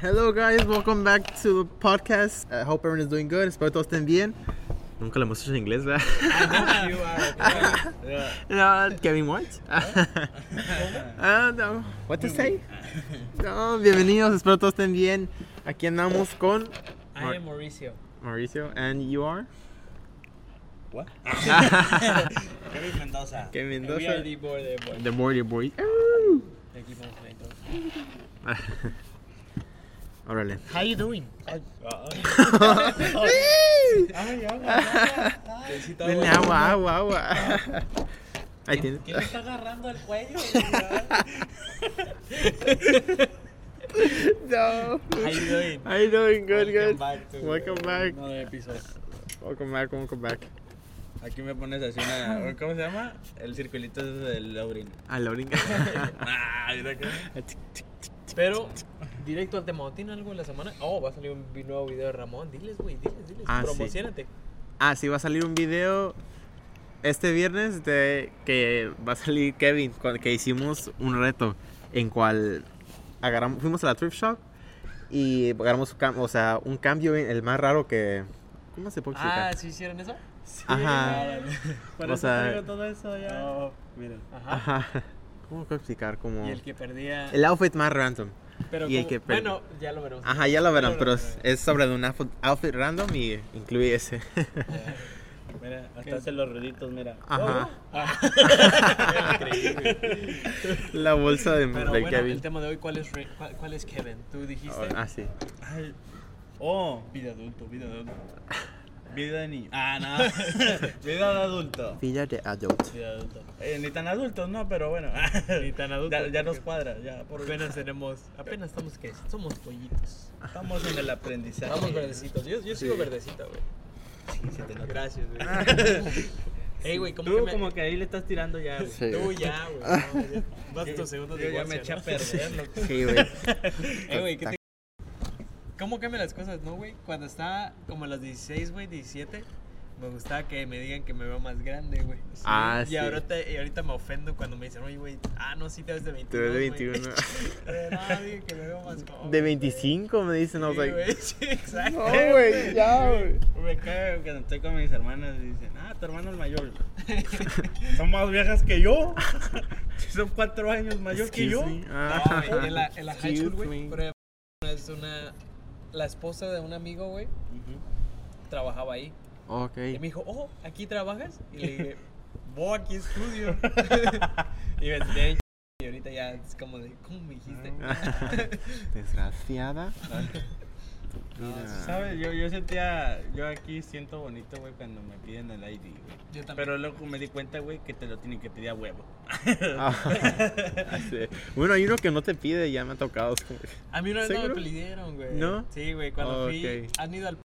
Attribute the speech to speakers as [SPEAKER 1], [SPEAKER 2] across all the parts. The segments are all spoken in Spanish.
[SPEAKER 1] Hello guys, welcome back to the podcast. I hope everyone is doing good. Espero todos estén bien. Nunca lo hemos hecho en inglés, ¿verdad?
[SPEAKER 2] you are okay. yeah.
[SPEAKER 1] No, Kevin White. Ah, no. What to say? No, bienvenidos. Espero todos estén bien. Aquí andamos con
[SPEAKER 2] I am Mauricio.
[SPEAKER 1] Mauricio and you are
[SPEAKER 3] What? Kevin Mendoza.
[SPEAKER 1] Kevin
[SPEAKER 2] And we are the border boy.
[SPEAKER 1] The Border Boy.
[SPEAKER 2] The equipo de todos.
[SPEAKER 1] Órale.
[SPEAKER 4] How you doing?
[SPEAKER 3] Ay,
[SPEAKER 2] Necesito
[SPEAKER 1] Denle
[SPEAKER 2] agua.
[SPEAKER 1] agua, agua, agua. Ahí tiene.
[SPEAKER 2] ¿Quién me está agarrando el cuello?
[SPEAKER 1] No.
[SPEAKER 2] How you doing?
[SPEAKER 1] How you doing? Good,
[SPEAKER 2] Welcome
[SPEAKER 1] good.
[SPEAKER 2] back to
[SPEAKER 1] Welcome back.
[SPEAKER 2] another episode.
[SPEAKER 1] Welcome back, welcome back.
[SPEAKER 3] Aquí me pones así una. ¿Cómo se llama? El circulito ese del Laurin.
[SPEAKER 1] A la oringa.
[SPEAKER 3] Ah, mira que-
[SPEAKER 2] Pero, directo al tema, ¿tiene algo en la semana? Oh, va a salir un vi- nuevo video de Ramón. Diles, güey, diles, diles.
[SPEAKER 1] Ah, sí.
[SPEAKER 2] Promocionate.
[SPEAKER 1] Ah, sí, va a salir un video este viernes de que va a salir Kevin, con- que hicimos un reto en cual agarramos, fuimos a la thrift shop y agarramos un, cam- o sea, un cambio, en- el más raro que... ¿Cómo se puede
[SPEAKER 2] Ah,
[SPEAKER 1] explicar?
[SPEAKER 2] ¿sí hicieron eso? Sí.
[SPEAKER 1] Ajá.
[SPEAKER 4] Por
[SPEAKER 1] O
[SPEAKER 4] eso
[SPEAKER 1] sea-
[SPEAKER 4] traigo todo eso ya.
[SPEAKER 3] miren.
[SPEAKER 2] Ajá.
[SPEAKER 1] Ajá. ¿Cómo puedo explicar? Como...
[SPEAKER 2] Y el que perdía.
[SPEAKER 1] El outfit más random.
[SPEAKER 2] Pero
[SPEAKER 1] y el
[SPEAKER 2] como-
[SPEAKER 1] que perdió.
[SPEAKER 2] Bueno, ya lo veremos.
[SPEAKER 1] Ajá, ya lo verán,
[SPEAKER 2] Ya lo
[SPEAKER 1] pero
[SPEAKER 2] verán.
[SPEAKER 1] es sobre un outfit- outfit random y incluye ese.
[SPEAKER 3] Mira,
[SPEAKER 2] ¿Qué?
[SPEAKER 3] hasta hace los ruiditos, mira.
[SPEAKER 1] Ajá.
[SPEAKER 2] Oh. Ah. Increíble.
[SPEAKER 1] La bolsa de,
[SPEAKER 2] Pero
[SPEAKER 1] de
[SPEAKER 2] bueno, el
[SPEAKER 1] Kevin.
[SPEAKER 2] tema de hoy, ¿cuál es, Re- cuál, cuál es este. Kevin? Tú dijiste.
[SPEAKER 1] Ah, sí.
[SPEAKER 3] Ay. Oh, vida adulto, vida adulto. Vida de niño. Ah, no. vida de adulto.
[SPEAKER 1] Villa de adult.
[SPEAKER 2] Sí, adulto.
[SPEAKER 3] Eh, ni tan adultos, no, pero bueno.
[SPEAKER 2] Ni tan adulto.
[SPEAKER 3] Ya, ya nos
[SPEAKER 2] porque
[SPEAKER 3] cuadra, ya. Por
[SPEAKER 2] Apenas tenemos. Apenas estamos que somos pollitos.
[SPEAKER 3] Estamos en el aprendizaje.
[SPEAKER 2] Estamos verdecitos. Yo, yo sigo verdecita, güey.
[SPEAKER 3] Sí, se te nota.
[SPEAKER 2] Gracias, güey. Ey, güey, ¿cómo que
[SPEAKER 3] Tú
[SPEAKER 2] me...
[SPEAKER 3] como que ahí le estás tirando ya, güey.
[SPEAKER 1] Sí.
[SPEAKER 2] Tú ya, güey. no, ya. Vas a tu
[SPEAKER 3] Yo
[SPEAKER 2] segundo
[SPEAKER 3] ya
[SPEAKER 2] divorcio,
[SPEAKER 3] me eché a
[SPEAKER 2] ¿no?
[SPEAKER 3] perder, loco.
[SPEAKER 1] Sí, güey.
[SPEAKER 2] Ey, Eh, güey, ¿qué te... ¿Cómo cambian las cosas, no, güey? Cuando estaba como a los 16, güey, 17, me gustaba que me digan que me veo más grande, güey.
[SPEAKER 1] Ah,
[SPEAKER 2] y
[SPEAKER 1] sí.
[SPEAKER 2] Ahorita, y ahorita me ofendo cuando me dicen, oye, güey, ah, no, sí te ves de 21.
[SPEAKER 1] Te ves de
[SPEAKER 2] güey".
[SPEAKER 1] 21.
[SPEAKER 2] Eh, no, dije que me veo más joven.
[SPEAKER 1] De 25 me dicen, no
[SPEAKER 2] Sí,
[SPEAKER 1] sé.
[SPEAKER 2] güey, sí, exacto.
[SPEAKER 1] güey, ya, güey.
[SPEAKER 3] Me cae cuando estoy con mis hermanas y dicen, ah, tu hermano es mayor. Son más viejas que yo. Son cuatro años mayor que yo.
[SPEAKER 2] No, Ah, güey, en la, en la high school,
[SPEAKER 1] Ah. Excuse
[SPEAKER 2] güey,
[SPEAKER 1] me.
[SPEAKER 2] por ejemplo, es una... La esposa de un amigo, güey, trabajaba ahí.
[SPEAKER 1] Ok.
[SPEAKER 2] Y me dijo, oh, ¿aquí trabajas? Y le dije, vos aquí estudio. y me enseñé en y ahorita ya es como de, ¿cómo me dijiste?
[SPEAKER 1] Ah. Desgraciada.
[SPEAKER 2] Ah,
[SPEAKER 1] Mira.
[SPEAKER 3] ¿Sabes? Yo, yo sentía, yo aquí siento bonito, güey, cuando me piden el ID, güey.
[SPEAKER 2] Yo también.
[SPEAKER 3] Pero luego me di cuenta, güey, que te lo tienen que pedir a huevo.
[SPEAKER 1] Ah, sí. Bueno, hay uno que no te pide, ya me ha tocado.
[SPEAKER 2] a mí una vez no
[SPEAKER 1] ¿seguro?
[SPEAKER 2] me pidieron, güey.
[SPEAKER 1] ¿No?
[SPEAKER 2] Sí, güey, cuando
[SPEAKER 1] Oh,
[SPEAKER 2] fui,
[SPEAKER 1] ok.
[SPEAKER 2] han ido al...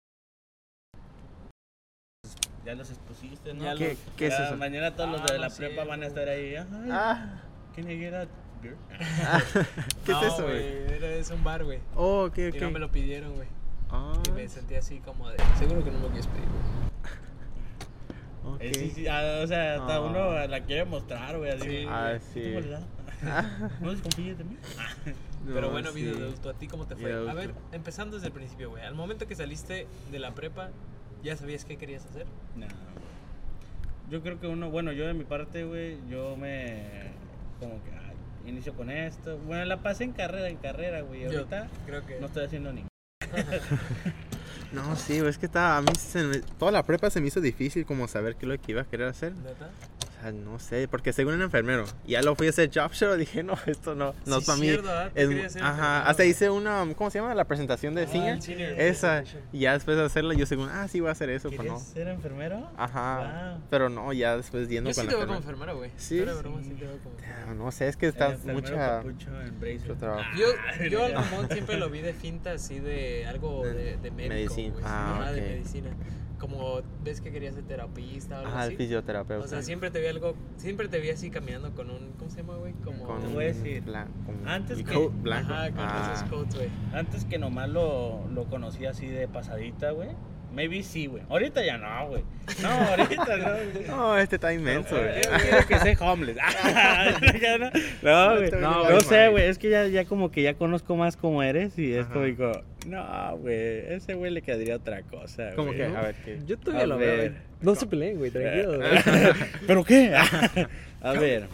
[SPEAKER 3] Ya los expusiste, ¿no?
[SPEAKER 2] Ya
[SPEAKER 1] ¿Qué, qué es
[SPEAKER 3] Ya
[SPEAKER 1] eso?
[SPEAKER 3] Mañana todos los
[SPEAKER 2] Ah,
[SPEAKER 3] de la
[SPEAKER 2] no
[SPEAKER 3] prepa
[SPEAKER 2] sé,
[SPEAKER 3] van a estar ahí. Ay,
[SPEAKER 1] Ah,
[SPEAKER 3] ¿Can I get a beer?
[SPEAKER 1] ¿Qué
[SPEAKER 2] No,
[SPEAKER 1] es eso, güey?
[SPEAKER 2] güey? Era es un bar, güey.
[SPEAKER 1] Oh, ok, ok.
[SPEAKER 2] Y no me lo pidieron, güey.
[SPEAKER 1] Ah,
[SPEAKER 2] Y me sentí así como de, seguro que no me quieres pedir, güey.
[SPEAKER 1] ok.
[SPEAKER 3] Eh, sí, sí, ah, o sea, hasta
[SPEAKER 1] Ah.
[SPEAKER 3] uno la quiere mostrar, güey, así.
[SPEAKER 2] Sí.
[SPEAKER 3] güey.
[SPEAKER 1] Ah,
[SPEAKER 3] ¿Tú
[SPEAKER 1] sí. Ah.
[SPEAKER 3] te guardas? No desconfíes de mí.
[SPEAKER 2] Pero
[SPEAKER 1] No,
[SPEAKER 2] bueno,
[SPEAKER 1] sí.
[SPEAKER 2] vida de adulto, ¿a ti cómo te fue?
[SPEAKER 1] Vida de
[SPEAKER 2] A ver,
[SPEAKER 1] adulto.
[SPEAKER 2] empezando desde el principio, güey. Al momento que saliste de la prepa, ¿ya sabías qué querías hacer?
[SPEAKER 3] No. Yo creo que uno, bueno, yo de mi parte, güey, yo me. Como que, ay, inicio con esto. Bueno, la pasé en carrera, en carrera, güey.
[SPEAKER 2] Yo
[SPEAKER 3] Ahorita
[SPEAKER 2] creo que...
[SPEAKER 3] no estoy haciendo ni.
[SPEAKER 1] No, sí, güey, es que estaba, a mí se me- toda la prepa se me hizo difícil como saber qué es lo que iba a querer hacer.
[SPEAKER 2] ¿Neta?
[SPEAKER 1] O sea, no sé, porque según un enfermero, ya lo fui a hacer job show, dije, no, esto no, no
[SPEAKER 2] Sí,
[SPEAKER 1] es para mí.
[SPEAKER 2] cierto, ¿ah? Tú
[SPEAKER 1] Es-
[SPEAKER 2] querías ser enfermero,
[SPEAKER 1] ajá, hasta
[SPEAKER 2] güey.
[SPEAKER 1] hice una, ¿cómo se llama? La presentación de singer.
[SPEAKER 2] senior
[SPEAKER 1] Esa,
[SPEAKER 2] presentation.
[SPEAKER 1] y ya después de hacerla, yo según, ah, sí, voy a hacer eso, pero
[SPEAKER 3] ¿Quieres
[SPEAKER 1] no.
[SPEAKER 3] ser enfermero?
[SPEAKER 1] Ajá,
[SPEAKER 3] Wow.
[SPEAKER 1] pero no, ya después yendo
[SPEAKER 2] Yo sí
[SPEAKER 1] con
[SPEAKER 2] te
[SPEAKER 1] la
[SPEAKER 2] veo como
[SPEAKER 1] enfermera.
[SPEAKER 2] enfermero, güey.
[SPEAKER 1] Sí.
[SPEAKER 2] Fuera de broma, sí te veo como enfermero.
[SPEAKER 1] Ah, No sé, es que
[SPEAKER 3] El
[SPEAKER 1] está
[SPEAKER 3] enfermero
[SPEAKER 1] mucha,
[SPEAKER 3] Capucho en Bracer.
[SPEAKER 1] mucho trabajo.
[SPEAKER 3] Ah,
[SPEAKER 2] Yo, yo al
[SPEAKER 3] ya.
[SPEAKER 2] Ramón siempre lo vi de finta así de algo de, de médico.
[SPEAKER 1] Medicina.
[SPEAKER 2] güey.
[SPEAKER 1] Ah,
[SPEAKER 2] Ajá, de
[SPEAKER 1] ok.
[SPEAKER 2] medicina. Como ves que querías ser terapista o algo
[SPEAKER 1] Ajá, el
[SPEAKER 2] así.
[SPEAKER 1] fisioterapeuta.
[SPEAKER 2] O sea, siempre te vi algo, siempre te vi así caminando con un, ¿cómo se llama, güey? Como
[SPEAKER 1] Con
[SPEAKER 3] Te voy a decir,
[SPEAKER 1] blan- con
[SPEAKER 3] antes
[SPEAKER 1] el
[SPEAKER 3] que-
[SPEAKER 1] coat blanco.
[SPEAKER 2] Ajá, con
[SPEAKER 1] Ah,
[SPEAKER 2] esos coats, güey.
[SPEAKER 3] Antes que nomás lo, lo conocí así de pasadita, güey. Maybe sí, güey. Ahorita ya no, güey. No, ahorita no. güey.
[SPEAKER 1] No, este está inmenso, güey.
[SPEAKER 3] Yo quiero que sea homeless. Ah, Ya no, no, güey.
[SPEAKER 1] No,
[SPEAKER 3] No,
[SPEAKER 1] güey.
[SPEAKER 3] sé, güey. Es que ya, ya como que ya conozco más cómo eres y es
[SPEAKER 1] Ajá.
[SPEAKER 3] como digo, no, güey. Ese güey le quedaría otra cosa.
[SPEAKER 1] ¿Cómo
[SPEAKER 3] güey".
[SPEAKER 1] que? A ver, ¿qué?
[SPEAKER 2] Yo todavía
[SPEAKER 3] A
[SPEAKER 2] lo
[SPEAKER 3] ver.
[SPEAKER 2] veo. güey. No se peleen, güey, tranquilo. güey.
[SPEAKER 3] ¿Pero qué? A ver.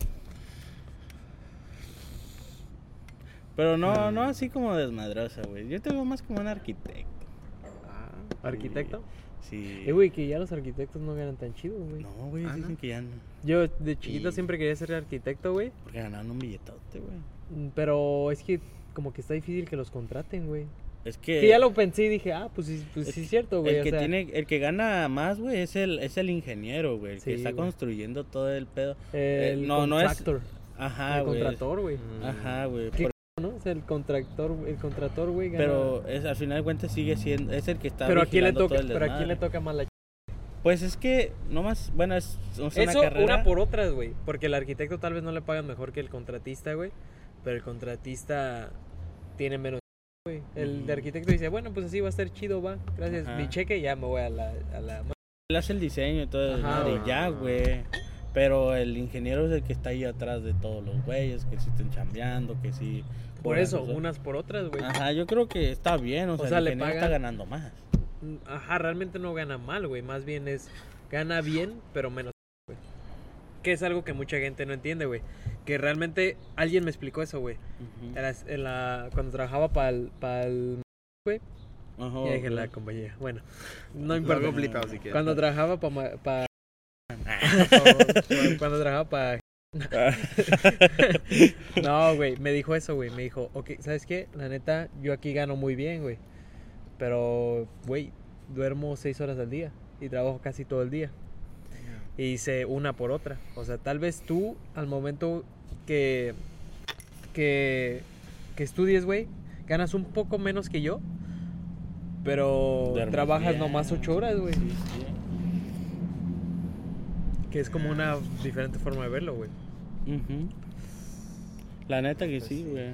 [SPEAKER 3] Pero no, no así como desmadrosa, güey. Yo te veo más como un arquitecto.
[SPEAKER 1] Ah,
[SPEAKER 2] ¿Arquitecto?
[SPEAKER 3] Sí.
[SPEAKER 2] Eh, güey, que ya los arquitectos no ganan tan chido, güey.
[SPEAKER 3] No, güey,
[SPEAKER 1] Ah,
[SPEAKER 3] dicen
[SPEAKER 1] ¿no?
[SPEAKER 3] que ya no.
[SPEAKER 2] Yo de chiquito
[SPEAKER 3] Y-
[SPEAKER 2] siempre quería ser arquitecto, güey.
[SPEAKER 3] Porque ganaron un billetote, güey.
[SPEAKER 2] mm, Pero es que como que está difícil que los contraten, güey.
[SPEAKER 3] Es que.
[SPEAKER 2] Que ya lo pensé y dije, ah, pues sí, pues
[SPEAKER 3] Es
[SPEAKER 2] sí es
[SPEAKER 3] que
[SPEAKER 2] cierto, güey.
[SPEAKER 3] el
[SPEAKER 2] o
[SPEAKER 3] que
[SPEAKER 2] sea,
[SPEAKER 3] tiene, el que gana más, güey, es el, es el ingeniero, güey. El
[SPEAKER 2] Sí,
[SPEAKER 3] que está
[SPEAKER 2] güey.
[SPEAKER 3] construyendo todo el pedo.
[SPEAKER 2] El
[SPEAKER 3] eh, no, no es-
[SPEAKER 2] contractor,
[SPEAKER 3] Ajá,
[SPEAKER 2] el
[SPEAKER 3] güey.
[SPEAKER 2] contrator, ah, güey.
[SPEAKER 1] Mm.
[SPEAKER 3] Ajá, güey.
[SPEAKER 2] ¿Qué
[SPEAKER 3] Por-
[SPEAKER 2] ¿No? Es el contractor, el contrator, güey. gana-
[SPEAKER 3] Pero es, al final de cuentas sigue siendo, es el que está
[SPEAKER 2] pero a quién le
[SPEAKER 3] vigilando
[SPEAKER 2] toca,
[SPEAKER 3] todo el
[SPEAKER 2] pero a quién le
[SPEAKER 3] desmadre.
[SPEAKER 2] toca más la ch-
[SPEAKER 3] Pues es que, nomás, bueno, es, o sea,
[SPEAKER 2] Eso
[SPEAKER 3] una carrera.
[SPEAKER 2] una por otras, güey, porque el arquitecto tal vez no le pagan mejor que el contratista, güey, pero el contratista tiene menos, güey. El
[SPEAKER 3] Ujú.
[SPEAKER 2] de arquitecto dice, bueno, pues así va a estar chido, va. Gracias,
[SPEAKER 3] Ajá.
[SPEAKER 2] mi cheque ya me voy a la a la
[SPEAKER 3] Él hace el diseño y todo el
[SPEAKER 2] Ajá,
[SPEAKER 3] desmadre,
[SPEAKER 1] güey.
[SPEAKER 3] ya, güey. Pero el ingeniero es el que está ahí atrás de todos los güeyes, que sí estén chambeando, que sí.
[SPEAKER 2] Por
[SPEAKER 3] cobran,
[SPEAKER 2] eso,
[SPEAKER 3] o sea.
[SPEAKER 2] unas por otras, güey.
[SPEAKER 3] Ajá, yo creo que está bien, o sea,
[SPEAKER 2] sea,
[SPEAKER 3] el
[SPEAKER 2] le
[SPEAKER 3] ingeniero está
[SPEAKER 2] pagan-
[SPEAKER 3] ganando más.
[SPEAKER 2] Ajá, realmente no gana mal, güey. Más bien es gana bien, pero menos, güey. Que es algo que mucha gente no entiende, güey. Que realmente alguien me explicó eso, güey.
[SPEAKER 3] Ujú.
[SPEAKER 2] En las- en la- cuando trabajaba para el, güey.
[SPEAKER 3] Ajá,
[SPEAKER 2] ya dije
[SPEAKER 3] güey.
[SPEAKER 2] la compañía. Bueno, no
[SPEAKER 1] Lo
[SPEAKER 2] importa.
[SPEAKER 1] complicado, si quieres.
[SPEAKER 2] Cuando trabajaba para cuando trabajaba para no, güey, me dijo eso, güey. Me dijo, ok, ¿sabes qué? La neta, yo aquí gano muy bien, güey. Pero, güey, duermo seis horas al día y trabajo casi todo el día. Y hice una por otra. O sea, tal vez tú, al momento que, que, que estudies, güey, ganas un poco menos que yo. Pero
[SPEAKER 3] Duermes
[SPEAKER 2] trabajas
[SPEAKER 3] bien.
[SPEAKER 2] nomás ocho horas, güey.
[SPEAKER 3] Sí, sí.
[SPEAKER 2] Que es como una diferente forma de verlo, güey.
[SPEAKER 3] Ujú. La neta
[SPEAKER 2] Pues
[SPEAKER 3] que sí, güey.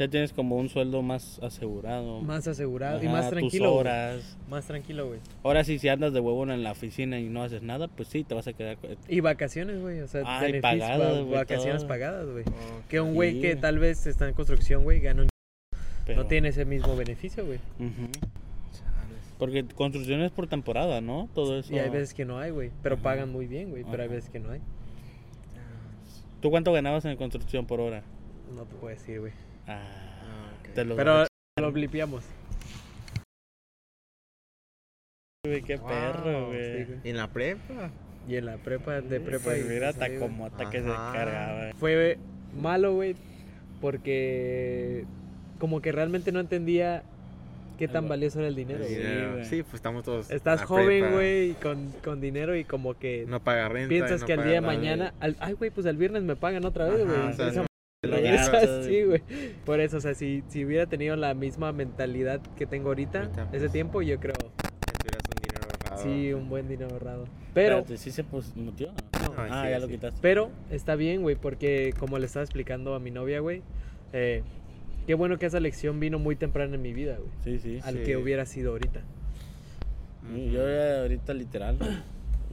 [SPEAKER 3] Ya tienes como un sueldo más asegurado.
[SPEAKER 2] Más asegurado y
[SPEAKER 3] Oh. Ajá,
[SPEAKER 2] más
[SPEAKER 3] tus
[SPEAKER 2] tranquilo. güey.
[SPEAKER 3] horas.
[SPEAKER 2] Más tranquilo, güey.
[SPEAKER 3] Ahora sí, si andas de huevón en la oficina y no haces nada, pues sí, te vas a quedar... co-
[SPEAKER 2] Y vacaciones, güey. O sea,
[SPEAKER 3] Ay,
[SPEAKER 2] beneficio-
[SPEAKER 3] Ah, pagadas,
[SPEAKER 2] va-
[SPEAKER 3] güey,
[SPEAKER 2] vacaciones
[SPEAKER 3] todo.
[SPEAKER 2] pagadas, güey. Que un güey
[SPEAKER 3] Sí.
[SPEAKER 2] que tal vez está en construcción, güey, gana un ch-
[SPEAKER 3] pero-
[SPEAKER 2] No tiene ese mismo beneficio, güey.
[SPEAKER 3] Ujú. Porque construcción es por temporada, ¿no? Todo eso.
[SPEAKER 2] Y hay veces que no hay, güey. Pero
[SPEAKER 3] Oh. Ajá.
[SPEAKER 2] pagan muy bien, güey. Pero hay
[SPEAKER 3] Ajá.
[SPEAKER 2] veces que no hay.
[SPEAKER 3] ¿Tú cuánto ganabas en construcción por hora?
[SPEAKER 2] No te puedo decir, güey.
[SPEAKER 3] Ah,
[SPEAKER 1] Ah, ok.
[SPEAKER 3] te lo
[SPEAKER 2] Pero lo blipeamos.
[SPEAKER 3] güey, qué
[SPEAKER 1] Wow,
[SPEAKER 3] perro,
[SPEAKER 2] Sí,
[SPEAKER 3] Ah, güey.
[SPEAKER 2] güey.
[SPEAKER 1] En la prepa.
[SPEAKER 2] y en la prepa, de prepa.
[SPEAKER 3] Pues
[SPEAKER 2] y-
[SPEAKER 3] mira,
[SPEAKER 2] sí,
[SPEAKER 3] hasta
[SPEAKER 2] güey.
[SPEAKER 3] como hasta que se
[SPEAKER 1] Ajá.
[SPEAKER 3] cargaba.
[SPEAKER 2] Fue malo, güey. Porque como que realmente no entendía qué tan
[SPEAKER 3] Algo.
[SPEAKER 2] valioso era el dinero,
[SPEAKER 1] Sí,
[SPEAKER 2] güey.
[SPEAKER 3] güey.
[SPEAKER 1] sí, pues estamos todos. en
[SPEAKER 2] Estás
[SPEAKER 1] la
[SPEAKER 2] joven,
[SPEAKER 1] prepa.
[SPEAKER 2] güey, con, con dinero y como que
[SPEAKER 1] No paga renta.
[SPEAKER 2] piensas
[SPEAKER 1] no
[SPEAKER 2] que al
[SPEAKER 1] paga
[SPEAKER 2] día de
[SPEAKER 1] nada.
[SPEAKER 2] mañana, al- ay, güey, pues el viernes me pagan otra vez, güey.
[SPEAKER 1] Ajá, o sea,
[SPEAKER 2] Esa
[SPEAKER 1] no-
[SPEAKER 2] m-
[SPEAKER 1] lo
[SPEAKER 2] regresa
[SPEAKER 3] ganas, o sea,
[SPEAKER 2] así, güey. Por eso, o sea, si, si hubiera tenido la misma mentalidad que tengo ahorita,
[SPEAKER 1] Ahorita,
[SPEAKER 2] ese
[SPEAKER 1] pues. Ah,
[SPEAKER 2] tiempo, yo creo,
[SPEAKER 1] Tuvieras un dinero ahorrado.
[SPEAKER 2] sí, un buen dinero ahorrado. Pero,
[SPEAKER 3] Espérate, ¿sí se pus- mutió?
[SPEAKER 2] no,
[SPEAKER 1] Ay,
[SPEAKER 3] Ah,
[SPEAKER 1] sí,
[SPEAKER 3] ya lo
[SPEAKER 1] sí.
[SPEAKER 3] quitaste.
[SPEAKER 2] pero está bien, güey, porque como le estaba explicando a mi novia, güey, eh, qué bueno que esa lección vino muy temprano en mi vida, güey,
[SPEAKER 3] Sí, sí.
[SPEAKER 2] al
[SPEAKER 1] Sí.
[SPEAKER 2] que hubiera sido ahorita.
[SPEAKER 3] Sí, Yo ya ahorita literal,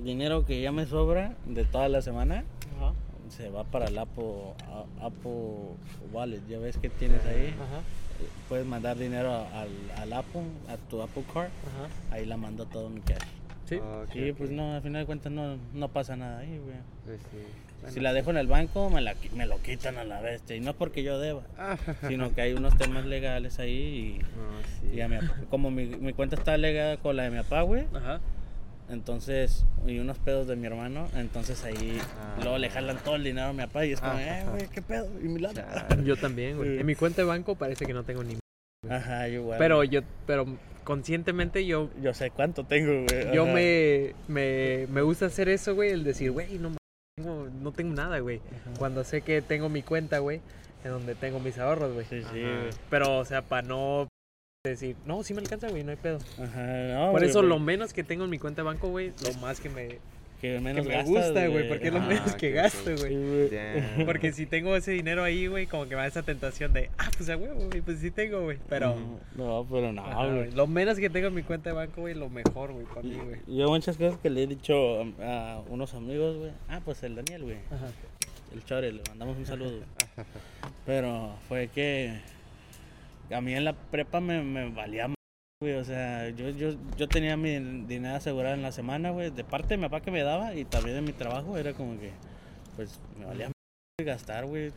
[SPEAKER 3] dinero que ya me sobra de toda la semana
[SPEAKER 2] Ajá,
[SPEAKER 3] se va para el Apo, a- Apo Wallet. Ya ves que tienes ahí.
[SPEAKER 2] ajá,
[SPEAKER 3] Puedes mandar dinero a- al, al Apo, a tu Apple Card.
[SPEAKER 2] ajá.
[SPEAKER 3] Ahí la mando todo mi cash.
[SPEAKER 2] Sí.
[SPEAKER 1] Ok,
[SPEAKER 3] Sí,
[SPEAKER 1] ok.
[SPEAKER 3] pues no, al final de cuentas no, no pasa nada ahí, güey.
[SPEAKER 1] Pues sí.
[SPEAKER 3] Si la dejo en el banco, me, la, qui- me lo quitan a la bestia. Y no porque yo deba,
[SPEAKER 1] Ah,
[SPEAKER 3] sino que hay unos temas legales ahí.
[SPEAKER 1] no,
[SPEAKER 3] Y,
[SPEAKER 1] sí.
[SPEAKER 3] y a mi apa- como mi, mi cuenta está legada con la de mi papá, güey.
[SPEAKER 2] Ajá.
[SPEAKER 3] Entonces, y unos pedos de mi hermano, entonces ahí
[SPEAKER 1] Ah.
[SPEAKER 3] luego le jalan todo el dinero a mi papá y es como,
[SPEAKER 1] Ah.
[SPEAKER 3] eh, güey, qué pedo, y mi lana.
[SPEAKER 1] Chale.
[SPEAKER 2] Yo también, güey.
[SPEAKER 3] Sí.
[SPEAKER 2] En mi cuenta de banco parece que no tengo ni
[SPEAKER 3] Ajá, yo igual.
[SPEAKER 2] Pero yo, pero conscientemente yo,
[SPEAKER 3] yo sé cuánto tengo, güey.
[SPEAKER 2] yo
[SPEAKER 3] ajá.
[SPEAKER 2] me, me, me gusta hacer eso, güey, el decir, güey, no, ma- tengo, no tengo nada, güey.
[SPEAKER 3] Ajá.
[SPEAKER 2] Cuando sé que tengo mi cuenta, güey, en donde tengo mis ahorros, güey.
[SPEAKER 3] Sí, sí,
[SPEAKER 1] Ajá.
[SPEAKER 3] güey.
[SPEAKER 2] Pero, o sea, para no decir, no, sí me alcanza, güey, no hay pedo.
[SPEAKER 3] Ajá, no,
[SPEAKER 2] Por
[SPEAKER 3] güey,
[SPEAKER 2] eso
[SPEAKER 3] güey.
[SPEAKER 2] lo menos que tengo en mi cuenta de banco, güey, lo más que me,
[SPEAKER 3] Que
[SPEAKER 2] que
[SPEAKER 3] menos
[SPEAKER 2] me
[SPEAKER 3] gastas,
[SPEAKER 2] gusta, güey, porque es lo
[SPEAKER 1] Ah,
[SPEAKER 2] menos que
[SPEAKER 1] ok,
[SPEAKER 2] gasto,
[SPEAKER 1] ok.
[SPEAKER 2] güey.
[SPEAKER 1] Damn.
[SPEAKER 2] Porque si tengo ese dinero ahí, güey, como que me da esa tentación de, ah, pues a huevo, güey, pues sí tengo, güey. Pero,
[SPEAKER 3] No, pero no,
[SPEAKER 2] ajá,
[SPEAKER 3] güey.
[SPEAKER 2] güey, lo menos que tengo en mi cuenta de banco, güey, lo mejor, güey, para mí, güey.
[SPEAKER 3] Yo muchas cosas que le he dicho um, a unos amigos, güey. Ah, pues el Daniel, güey.
[SPEAKER 2] Ajá.
[SPEAKER 3] El Chore, le mandamos un saludo. Pero fue que a mí en la prepa me, me valía más, güey. O sea, yo, yo, yo tenía mi dinero asegurado en la semana, güey. De parte de mi papá que me daba y también de mi trabajo era como que, pues me valía más gastar, güey.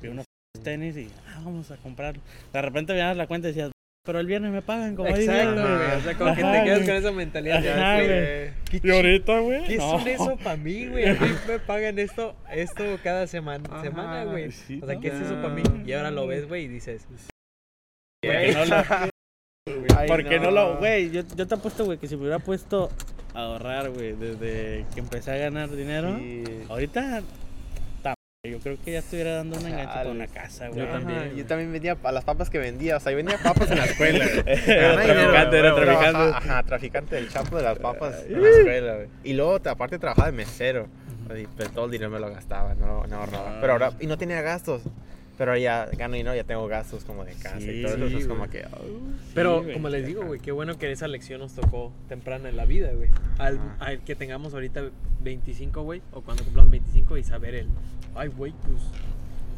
[SPEAKER 3] Vi unos tenis y ah, vamos a comprar. De repente veías la cuenta y decías, pero el viernes me pagan, como dije.
[SPEAKER 2] Exacto, güey. O sea, como que te
[SPEAKER 3] Ajá,
[SPEAKER 2] quedas
[SPEAKER 3] güey.
[SPEAKER 2] con esa mentalidad de,
[SPEAKER 3] Ajá,
[SPEAKER 2] "Ah,
[SPEAKER 3] güey.
[SPEAKER 2] güey, ¿qué
[SPEAKER 3] Y ahorita, güey.
[SPEAKER 2] ¿Qué
[SPEAKER 3] no.
[SPEAKER 2] son eso para mí, güey? A mí me pagan esto, esto cada semana,
[SPEAKER 1] Ajá,
[SPEAKER 2] semana, güey.
[SPEAKER 3] sí,
[SPEAKER 2] O sea,
[SPEAKER 3] ¿no?
[SPEAKER 2] ¿qué es eso para mí? Y ahora lo ves, güey, y dices,
[SPEAKER 3] Porque no lo-
[SPEAKER 1] Ay,
[SPEAKER 3] Porque no lo, güey, yo, yo te apuesto, güey, que si me hubiera puesto a ahorrar, güey, desde que empecé a ganar dinero,
[SPEAKER 1] Sí.
[SPEAKER 3] ahorita, ta- yo creo que ya estuviera dando una enganche para
[SPEAKER 1] Chales.
[SPEAKER 3] una casa,
[SPEAKER 1] Yo
[SPEAKER 3] güey.
[SPEAKER 1] también,
[SPEAKER 2] güey.
[SPEAKER 1] yo también vendía pa- las papas que vendía, o sea, yo vendía papas en la escuela. güey.
[SPEAKER 3] Era
[SPEAKER 1] Ganaba dinero,
[SPEAKER 3] traficante, era
[SPEAKER 1] güey, güey,
[SPEAKER 3] traficante.
[SPEAKER 1] ajá, Ajá, traficante del chapo de las papas en la escuela, güey. Y luego, te- aparte, trabajaba de mesero. Y, Pero todo el dinero me lo gastaba, no, no
[SPEAKER 3] Ah.
[SPEAKER 1] ahorraba. Pero ahora, y no tenía gastos. Pero ahora ya gano dinero, ya tengo gastos como de casa
[SPEAKER 3] Sí,
[SPEAKER 1] y todo eso.
[SPEAKER 2] sí,
[SPEAKER 1] Es como
[SPEAKER 2] güey.
[SPEAKER 1] que. oh, ay,
[SPEAKER 2] Pero
[SPEAKER 3] Sí, güey.
[SPEAKER 2] como les digo, güey, qué bueno que esa lección nos tocó temprana en la vida, güey. Al,
[SPEAKER 1] Ajá.
[SPEAKER 2] al que tengamos ahorita 25, güey, o cuando cumplamos 25 y saber el, ay, güey, pues,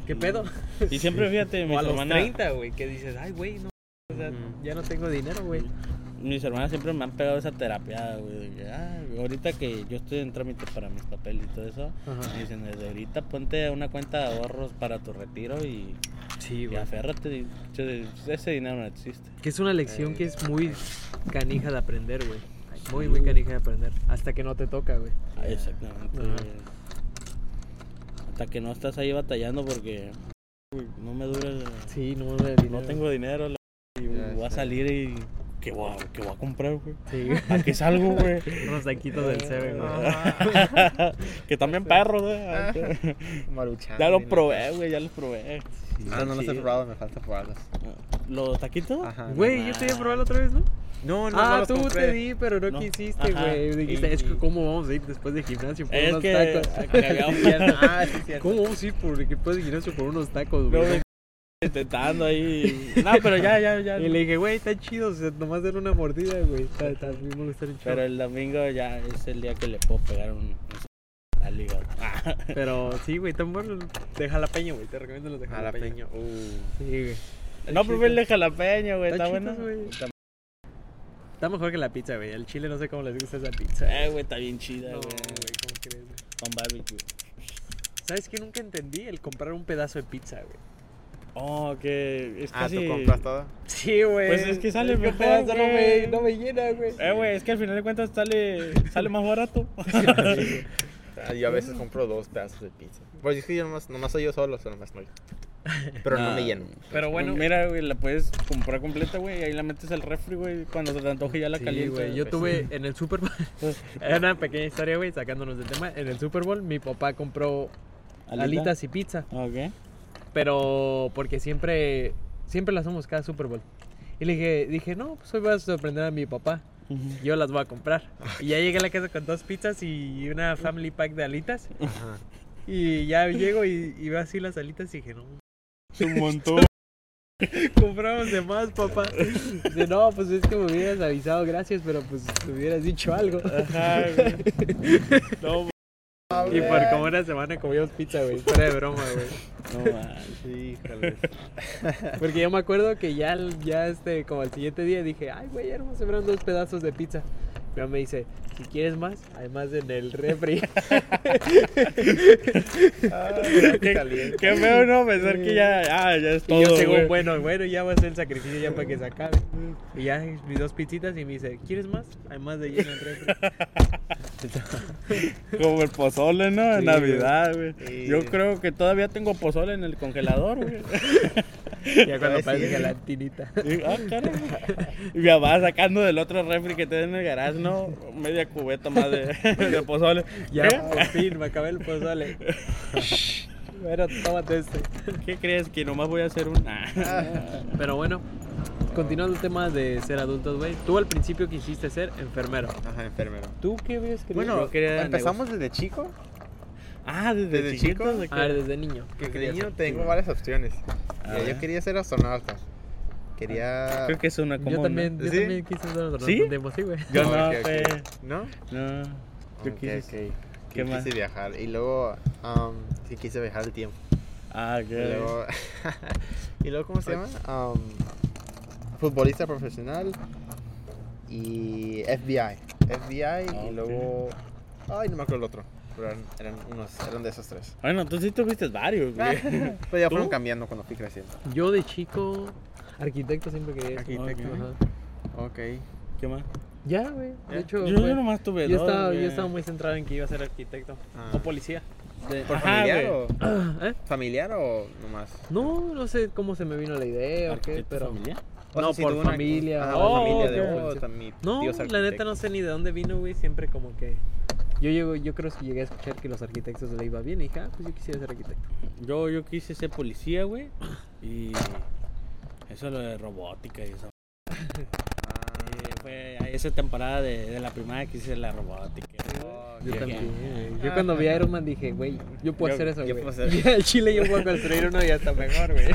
[SPEAKER 2] ¿qué pedo?
[SPEAKER 3] Y siempre, fíjate,
[SPEAKER 2] O a
[SPEAKER 3] mis
[SPEAKER 2] los
[SPEAKER 3] hermanas,
[SPEAKER 2] 30, güey, que dices, ay, güey, no, o sea,
[SPEAKER 1] Ujú.
[SPEAKER 2] ya no tengo dinero, güey.
[SPEAKER 3] mis hermanas siempre me han pegado esa terapia, güey. de que, "Ah, ahorita que yo estoy en trámite para mis papeles y todo eso,
[SPEAKER 2] Ajá.
[SPEAKER 3] me dicen, desde ahorita ponte una cuenta de ahorros para tu retiro y,
[SPEAKER 2] Sí,
[SPEAKER 3] y aférrate. y- Ese dinero no existe.
[SPEAKER 2] Que es una lección que es muy canija de aprender, güey. Muy, muy canija de aprender. Hasta que no te toca, güey.
[SPEAKER 3] Ah, Exactamente.
[SPEAKER 2] Ajá.
[SPEAKER 3] güey. Hasta que no estás ahí batallando porque güey, no me dura, el-
[SPEAKER 2] Sí, no, no, dinero.
[SPEAKER 3] no tengo dinero, la- y
[SPEAKER 1] Ya
[SPEAKER 3] voy a
[SPEAKER 1] sé.
[SPEAKER 3] salir y ¿qué voy a, qué voy a comprar, güey?
[SPEAKER 2] Sí, güey.
[SPEAKER 3] ¿A qué salgo, güey?
[SPEAKER 2] unos taquitos del Seven, güey.
[SPEAKER 3] Ah, que también perros, güey.
[SPEAKER 1] Maruchan.
[SPEAKER 3] Ya los
[SPEAKER 1] y Ah, no-
[SPEAKER 3] probé, güey, ya los probé.
[SPEAKER 1] Ah, no los he
[SPEAKER 2] chido.
[SPEAKER 1] probado, me falta probarlos.
[SPEAKER 3] ¿Los taquitos?
[SPEAKER 1] Ajá.
[SPEAKER 2] Ah, Güey, yo te iba a probar la otra vez, ¿no?
[SPEAKER 1] No, no, no
[SPEAKER 2] ah,
[SPEAKER 1] los
[SPEAKER 2] tú
[SPEAKER 1] compré.
[SPEAKER 2] te di, pero no,
[SPEAKER 3] No.
[SPEAKER 2] quisiste,
[SPEAKER 3] Ajá.
[SPEAKER 2] güey. Dijiste,
[SPEAKER 3] Y-
[SPEAKER 2] es que
[SPEAKER 3] y-
[SPEAKER 2] cómo vamos a ir después del gimnasio por
[SPEAKER 3] Es
[SPEAKER 2] unos
[SPEAKER 3] que
[SPEAKER 2] tacos.
[SPEAKER 3] cagamos.
[SPEAKER 1] Ah, sí, cierto.
[SPEAKER 2] ¿Cómo vamos a ir por, después del gimnasio por unos tacos,
[SPEAKER 3] Luego
[SPEAKER 2] güey?
[SPEAKER 3] intentando ahí. No, pero ya, ya, ya.
[SPEAKER 2] y le dije, güey, está chido, o sea, nomás dar una mordida, güey. Está, está, a mí me gusta el chavo.
[SPEAKER 3] Pero el domingo ya es el día que le puedo pegar un... un- al hígado.
[SPEAKER 2] Pero sí, güey, tan bueno. De jalapeño, güey, te recomiendo los de jalapeño.
[SPEAKER 1] Jalapeño. Uh.
[SPEAKER 2] Sí, güey.
[SPEAKER 3] Ah, No, pero el de jalapeño, güey.
[SPEAKER 2] Está
[SPEAKER 3] Está,
[SPEAKER 2] chido,
[SPEAKER 3] bueno.
[SPEAKER 2] güey.
[SPEAKER 3] Está-
[SPEAKER 2] Está mejor que la pizza, güey. El chile no sé cómo les gusta esa pizza.
[SPEAKER 3] Eh, güey, está bien chida,
[SPEAKER 2] No,
[SPEAKER 3] güey.
[SPEAKER 2] güey, ¿cómo crees, güey?
[SPEAKER 3] Con barbecue.
[SPEAKER 2] ¿Sabes qué? Nunca entendí el comprar un pedazo de pizza, güey.
[SPEAKER 3] Oh, que es
[SPEAKER 1] Ah,
[SPEAKER 3] casi...
[SPEAKER 1] ¿tú compras todo?
[SPEAKER 2] Sí, güey.
[SPEAKER 3] Pues es que sale
[SPEAKER 2] un
[SPEAKER 3] mejor,
[SPEAKER 2] pedazo no me,
[SPEAKER 3] güey.
[SPEAKER 2] no me llena, güey.
[SPEAKER 3] Eh, güey, es que al final de cuentas sale, sale más barato.
[SPEAKER 1] Ah, Yo a veces compro dos pedazos de pizza. Pues es que yo nomás, nomás soy yo solo, o sea, nomás no. Pero no,
[SPEAKER 3] Nah.
[SPEAKER 1] me lleno.
[SPEAKER 2] Pero bueno,
[SPEAKER 3] Pues Mira, güey, la puedes comprar completa, güey. y Ahí la metes al refri, güey. Cuando se te antoje ya la
[SPEAKER 2] Sí,
[SPEAKER 3] calientas.
[SPEAKER 2] güey, yo
[SPEAKER 1] pues,
[SPEAKER 2] tuve en el Super Bowl. una pequeña historia, güey, sacándonos del tema. En el Super Bowl, mi papá compró
[SPEAKER 3] ¿Alita? Ah,
[SPEAKER 2] alitas y pizza.
[SPEAKER 3] Ok.
[SPEAKER 2] Pero porque siempre, siempre las hacemos cada Super Bowl. Y le dije, dije, no, pues hoy voy a sorprender a mi papá. Yo las voy a comprar. Y ya llegué a la casa con dos pizzas y una family pack de alitas.
[SPEAKER 1] Ajá.
[SPEAKER 2] Y ya llego y, y veo así las alitas y dije, no,
[SPEAKER 3] Es un montón.
[SPEAKER 2] Compramos de más, papá. Dice, no, pues es que me hubieras avisado, gracias, pero pues te hubieras dicho algo.
[SPEAKER 3] Ajá, güey. No,
[SPEAKER 2] Y por como una semana comíamos pizza, güey. Fuera de broma, güey.
[SPEAKER 3] no, man.
[SPEAKER 1] Híjole.
[SPEAKER 2] Porque yo me acuerdo que ya, ya este, como al siguiente día dije, ay, güey, ya nos sobraron dos pedazos de pizza. Mi mamá me dice, si quieres más, hay más en el refri.
[SPEAKER 3] Qué, qué feo, ¿no? Pensar que ya, ah, ya es todo,
[SPEAKER 2] y yo según,
[SPEAKER 3] güey.
[SPEAKER 2] bueno, bueno, ya va a ser el sacrificio ya para que se acabe. Y ya mis dos pizzitas y me dice, ¿quieres más? Hay más de lleno en el refri.
[SPEAKER 3] Como el pozole, ¿no? En
[SPEAKER 2] Sí,
[SPEAKER 3] Navidad, güey.
[SPEAKER 1] Sí.
[SPEAKER 3] Yo creo que todavía tengo pozole en el congelador, güey.
[SPEAKER 2] Ya cuando
[SPEAKER 1] Ay, sí.
[SPEAKER 2] parece gelatinita.
[SPEAKER 3] Y, ah, caray. Y mi mamá sacando del otro refri que tenía en el garage, ¿no? Media cubeta más de, de pozole.
[SPEAKER 2] Ya,
[SPEAKER 3] ¿Qué?
[SPEAKER 2] por fin, me acabé el pozole. bueno, tómate este.
[SPEAKER 3] ¿Qué crees? Que nomás voy a hacer un... Ah.
[SPEAKER 2] Pero bueno, continuando el tema de ser adultos, güey. Tú al principio quisiste ser enfermero.
[SPEAKER 1] Ajá, enfermero.
[SPEAKER 2] ¿Tú qué ves que
[SPEAKER 1] Bueno,
[SPEAKER 3] Yo quería
[SPEAKER 1] empezamos desde chico.
[SPEAKER 3] Ah, desde,
[SPEAKER 1] ¿Desde
[SPEAKER 3] chiquito.
[SPEAKER 1] chico?
[SPEAKER 3] de que-
[SPEAKER 2] A ver, Ah, desde niño.
[SPEAKER 1] Que
[SPEAKER 2] ¿qué
[SPEAKER 1] de
[SPEAKER 2] querías
[SPEAKER 1] niño
[SPEAKER 2] ser?
[SPEAKER 1] tengo varias opciones.
[SPEAKER 3] A
[SPEAKER 1] Mira,
[SPEAKER 3] ver.
[SPEAKER 1] yo quería ser astronauta. Quería.
[SPEAKER 3] Creo que es una común.
[SPEAKER 2] Yo
[SPEAKER 3] ¿no?
[SPEAKER 2] también, yo
[SPEAKER 1] ¿Sí?
[SPEAKER 2] también quise ser astronauta
[SPEAKER 3] ¿Sí?
[SPEAKER 2] un tiempo, sí, güey.
[SPEAKER 3] Yo
[SPEAKER 1] No,
[SPEAKER 3] no,
[SPEAKER 1] ok, ok.
[SPEAKER 3] fue.
[SPEAKER 1] ¿No?
[SPEAKER 3] No. Yo
[SPEAKER 1] Ok,
[SPEAKER 3] quise.
[SPEAKER 1] ok.
[SPEAKER 3] ¿Qué
[SPEAKER 1] Yo
[SPEAKER 3] más?
[SPEAKER 1] quise viajar. Y luego, um, sí quise viajar el tiempo.
[SPEAKER 3] Ah,
[SPEAKER 1] Y
[SPEAKER 3] qué.
[SPEAKER 1] luego, y luego, ¿cómo se llama? Um, futbolista profesional y FBI. FBI
[SPEAKER 3] Ah,
[SPEAKER 1] y luego... Ay, no me acuerdo el otro. Pero eran, eran unos, eran de esos tres.
[SPEAKER 3] Bueno, tú sí tuviste varios, güey.
[SPEAKER 1] Pero ya fueron
[SPEAKER 3] ¿Tú?
[SPEAKER 1] cambiando cuando fui creciendo.
[SPEAKER 2] Yo de chico, arquitecto siempre quería ser.
[SPEAKER 3] Arquitecto.
[SPEAKER 2] Ajá.
[SPEAKER 1] Ok.
[SPEAKER 3] ¿Qué más?
[SPEAKER 2] Ya, güey.
[SPEAKER 1] Ya.
[SPEAKER 2] De hecho,
[SPEAKER 3] Yo,
[SPEAKER 2] güey,
[SPEAKER 3] yo nomás tuve
[SPEAKER 2] yo
[SPEAKER 3] dos.
[SPEAKER 2] estaba, yo
[SPEAKER 3] güey.
[SPEAKER 2] estaba muy centrado en que iba a ser arquitecto.
[SPEAKER 1] Ah.
[SPEAKER 2] O policía. De-
[SPEAKER 1] ¿Por
[SPEAKER 3] Ajá,
[SPEAKER 1] familiar
[SPEAKER 3] güey.
[SPEAKER 1] o...?
[SPEAKER 2] ¿Eh?
[SPEAKER 1] ¿Familiar o nomás?
[SPEAKER 2] No, no sé cómo se me vino la idea o qué,
[SPEAKER 3] Arquitecto
[SPEAKER 2] pero...
[SPEAKER 3] familiar.
[SPEAKER 1] O
[SPEAKER 2] No,
[SPEAKER 1] sea, sí
[SPEAKER 2] por
[SPEAKER 1] tuve una-
[SPEAKER 2] familia.
[SPEAKER 1] Ah,
[SPEAKER 3] Oh,
[SPEAKER 1] por familia de...
[SPEAKER 3] ok.
[SPEAKER 1] oh, tam- mi
[SPEAKER 2] No,
[SPEAKER 1] tío es
[SPEAKER 2] la neta
[SPEAKER 1] arquitecto.
[SPEAKER 2] no sé ni de dónde vino, güey. Siempre como que... Yo, llego, yo creo que llegué a escuchar que los arquitectos le iba bien y dije, ah, pues yo quisiera ser arquitecto.
[SPEAKER 3] Yo, yo quise ser policía, güey. Y eso lo de robótica y eso. Eh, Fue a esa temporada de, de la primaria que hice la robótica.
[SPEAKER 1] Ah,
[SPEAKER 2] Yo
[SPEAKER 1] ok.
[SPEAKER 2] también. güey. Yo cuando vi a Iron Man dije, güey, yo puedo
[SPEAKER 3] Yo-
[SPEAKER 2] hacer eso,
[SPEAKER 1] yo
[SPEAKER 2] güey.
[SPEAKER 1] puedo hacer-
[SPEAKER 2] Ya, al chile yo puedo construir uno y hasta mejor, güey.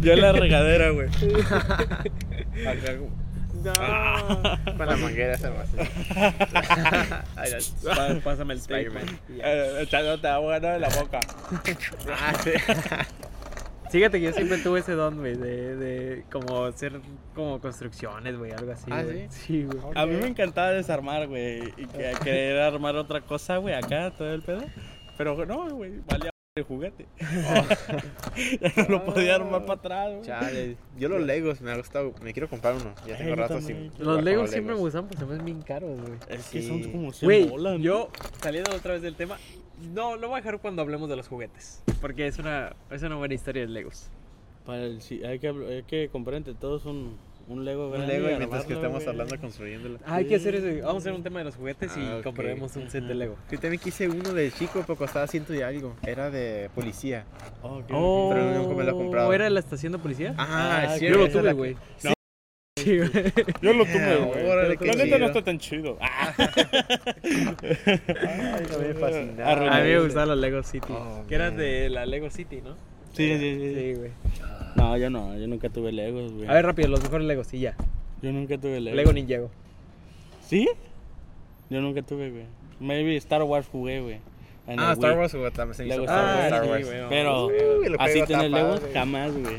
[SPEAKER 3] Yo en la regadera, güey.
[SPEAKER 1] Acá como- Con la manguera es algo así. Ay, la-
[SPEAKER 3] Pa- Pásame el
[SPEAKER 1] Spider-Man.
[SPEAKER 3] tape. Echándote agua Eh, ¿no? en la boca.
[SPEAKER 1] Ah, sí.
[SPEAKER 2] Fíjate que yo siempre tuve ese don, güey, de, de como hacer como construcciones, güey, algo así.
[SPEAKER 1] ¿Ah,
[SPEAKER 2] güey. Sí, güey.
[SPEAKER 3] A mí me encantaba desarmar, güey. Y que, querer armar otra cosa, güey, acá, todo el pedo. Pero no, güey, valía el juguete. ya no lo podía armar para atrás, güey.
[SPEAKER 1] Oh, Chale, yo los Legos me ha gustado, me quiero comprar uno. Ya
[SPEAKER 3] Ay,
[SPEAKER 1] tengo
[SPEAKER 3] yo
[SPEAKER 1] rato
[SPEAKER 3] también
[SPEAKER 1] sin.
[SPEAKER 3] quiero.
[SPEAKER 1] jugar
[SPEAKER 2] Los
[SPEAKER 1] con
[SPEAKER 2] Legos siempre me gustan, pues se me ven bien caros, güey.
[SPEAKER 3] Es que
[SPEAKER 1] Sí.
[SPEAKER 3] son como 100
[SPEAKER 2] Güey,
[SPEAKER 3] bolas, ¿no?
[SPEAKER 2] yo, saliendo otra vez del tema, no, lo voy a dejar cuando hablemos de los juguetes. Porque es una, es una buena historia de Legos.
[SPEAKER 3] Para el, sí, hay, que, hay que comprar entre todos un, un Lego
[SPEAKER 1] Un
[SPEAKER 3] grande.
[SPEAKER 1] Lego
[SPEAKER 3] y
[SPEAKER 1] y mientras que
[SPEAKER 3] armarlo,
[SPEAKER 1] estamos
[SPEAKER 3] güey.
[SPEAKER 1] hablando construyéndolo.
[SPEAKER 2] Ah, hay que hacer eso. güey. Vamos a hacer un tema de los juguetes y
[SPEAKER 1] Ah, ok.
[SPEAKER 2] compraremos un set de Lego.
[SPEAKER 1] Yo también quise uno de chico, pero costaba ciento y algo. Era de policía.
[SPEAKER 3] Oh, ok,
[SPEAKER 2] Oh,
[SPEAKER 3] ok.
[SPEAKER 1] Pero nunca me lo he comprado.
[SPEAKER 2] ¿Era la estación de policía?
[SPEAKER 1] Ah, es
[SPEAKER 3] Ah, yo
[SPEAKER 2] Yo
[SPEAKER 1] cierto. esa
[SPEAKER 2] lo
[SPEAKER 1] es
[SPEAKER 2] tuve,
[SPEAKER 1] la-
[SPEAKER 2] güey.
[SPEAKER 3] No.
[SPEAKER 2] Sí, güey.
[SPEAKER 3] Yo lo tuve, güey.
[SPEAKER 1] Órale,
[SPEAKER 3] pero
[SPEAKER 1] qué
[SPEAKER 3] La neta
[SPEAKER 1] chido.
[SPEAKER 3] no está tan chido. Ah,
[SPEAKER 1] Ay, no me fascinaba.
[SPEAKER 3] Arruiné.
[SPEAKER 2] A mí me gustaban los Lego City.
[SPEAKER 1] Oh,
[SPEAKER 2] que eran
[SPEAKER 1] man.
[SPEAKER 2] de la Lego City, ¿no?
[SPEAKER 3] sí, sí, sí, sí.
[SPEAKER 2] Sí, güey.
[SPEAKER 3] No, yo no, yo nunca tuve Legos, güey.
[SPEAKER 2] A ver, rápido, los mejores Legos, sí, ya.
[SPEAKER 3] Yo nunca tuve Legos.
[SPEAKER 2] Lego Ninjago.
[SPEAKER 3] ¿Sí? Yo nunca tuve, güey. Maybe Star Wars jugué, güey. en
[SPEAKER 1] Ah,
[SPEAKER 3] el
[SPEAKER 1] Star
[SPEAKER 3] Wii.
[SPEAKER 1] Wars o también se hizo.
[SPEAKER 3] Lego
[SPEAKER 1] Ah,
[SPEAKER 3] Star
[SPEAKER 1] Star
[SPEAKER 2] sí,
[SPEAKER 1] Wars.
[SPEAKER 2] güey, no.
[SPEAKER 3] Pero
[SPEAKER 1] Uy, el
[SPEAKER 3] así
[SPEAKER 1] juego
[SPEAKER 3] tener
[SPEAKER 1] está
[SPEAKER 3] Legos
[SPEAKER 1] padre.
[SPEAKER 3] jamás, güey.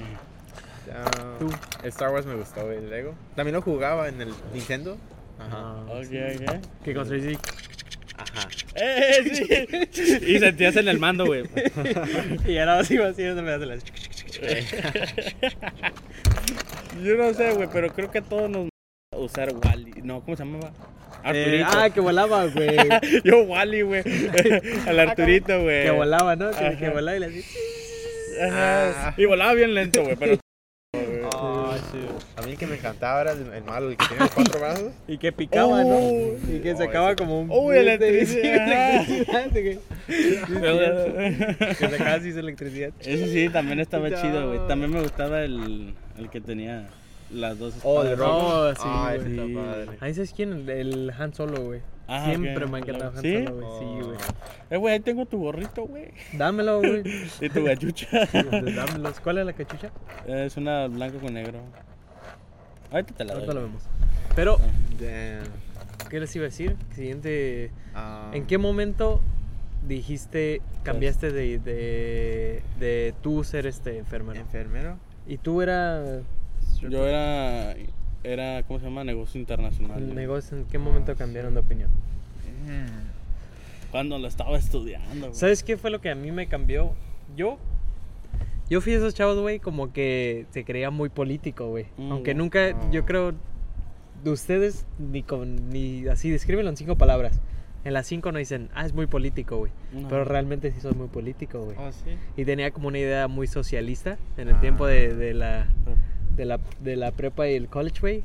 [SPEAKER 1] Ah,
[SPEAKER 2] Tú.
[SPEAKER 1] El Star Wars me gustó, el Lego. También lo jugaba en el Nintendo. Ajá.
[SPEAKER 2] Ah,
[SPEAKER 3] Ok, ok.
[SPEAKER 2] Que construís
[SPEAKER 1] Ajá.
[SPEAKER 3] ¡Eh, eh, sí! y sentías en el mando, güey.
[SPEAKER 2] y ahora sí va haciendo me hace las.
[SPEAKER 3] Yo no sé, güey, pero creo que a todos nos gusta usar Wally. No, ¿cómo se llamaba?
[SPEAKER 2] Eh,
[SPEAKER 3] Arturito.
[SPEAKER 2] ah, que volaba, güey.
[SPEAKER 3] Yo Wally, güey. Al Arturito, güey.
[SPEAKER 2] que volaba, ¿no? Que,
[SPEAKER 3] Ajá.
[SPEAKER 2] que volaba y le hacía-
[SPEAKER 3] Ajá.
[SPEAKER 1] Ah.
[SPEAKER 3] Y volaba bien lento, güey, pero...
[SPEAKER 1] Ah, A mí el que me encantaba era el, el malo, el que tenía los cuatro brazos.
[SPEAKER 2] Y que picaba,
[SPEAKER 3] Oh.
[SPEAKER 2] ¿no? Y que
[SPEAKER 1] Oh,
[SPEAKER 2] sacaba
[SPEAKER 1] ese-
[SPEAKER 2] como un.
[SPEAKER 3] Oh, la
[SPEAKER 2] este,
[SPEAKER 3] electricidad.
[SPEAKER 2] sí, electricidad, güey. Que sacaba así su electricidad.
[SPEAKER 3] Ese sí, también estaba
[SPEAKER 1] No.
[SPEAKER 3] chido, güey. También me gustaba el, el que tenía las dos
[SPEAKER 1] Oh,
[SPEAKER 3] espadas.
[SPEAKER 1] el
[SPEAKER 2] Rock.
[SPEAKER 1] rojo.
[SPEAKER 2] sí,
[SPEAKER 1] Ah, ese
[SPEAKER 3] güey.
[SPEAKER 1] está padre.
[SPEAKER 2] Ahí sabes quién, el, el Han Solo, güey.
[SPEAKER 3] Ah,
[SPEAKER 2] Siempre
[SPEAKER 3] ok.
[SPEAKER 2] me ha encantado Han
[SPEAKER 3] ¿Sí?
[SPEAKER 2] Solo, güey.
[SPEAKER 1] Oh,
[SPEAKER 2] Sí, güey.
[SPEAKER 3] Eh, güey, ahí tengo tu gorrito, güey.
[SPEAKER 2] Dámelo, güey.
[SPEAKER 3] Y tu gachucha.
[SPEAKER 2] Dámelos. ¿Cuál es la cachucha?
[SPEAKER 3] Eh, es una blanco con negro. Ahorita te la doy.
[SPEAKER 2] Ahorita lo vemos. Pero,
[SPEAKER 1] Ah. Damn.
[SPEAKER 2] ¿qué les iba a decir? Siguiente.
[SPEAKER 1] Ah,
[SPEAKER 2] ¿En qué momento dijiste, cambiaste de, de, de tú ser este enfermero?
[SPEAKER 1] ¿Enfermero?
[SPEAKER 2] Y tú era
[SPEAKER 3] Yo era, era, ¿cómo se llama? Negocio internacional. güey.
[SPEAKER 2] negocio, ¿en qué momento cambiaron de opinión? Ah.
[SPEAKER 3] Cuando lo estaba estudiando, güey.
[SPEAKER 2] ¿Sabes qué fue lo que a mí me cambió? Yo, yo fui de esos chavos, güey, como que se creía muy político, güey.
[SPEAKER 3] Mm,
[SPEAKER 2] Aunque
[SPEAKER 3] ya.
[SPEAKER 2] nunca, yo
[SPEAKER 1] Ah.
[SPEAKER 2] creo, de ustedes, ni con, ni así, descríbelo en cinco palabras. En las cinco no dicen, ah, es muy político, güey.
[SPEAKER 3] No. Ah.
[SPEAKER 2] Pero realmente sí soy muy político, güey.
[SPEAKER 1] Oh, sí.
[SPEAKER 2] Y tenía como una idea muy socialista en el
[SPEAKER 1] Ah.
[SPEAKER 2] tiempo de, de la, de, la, de la prepa y el college, güey.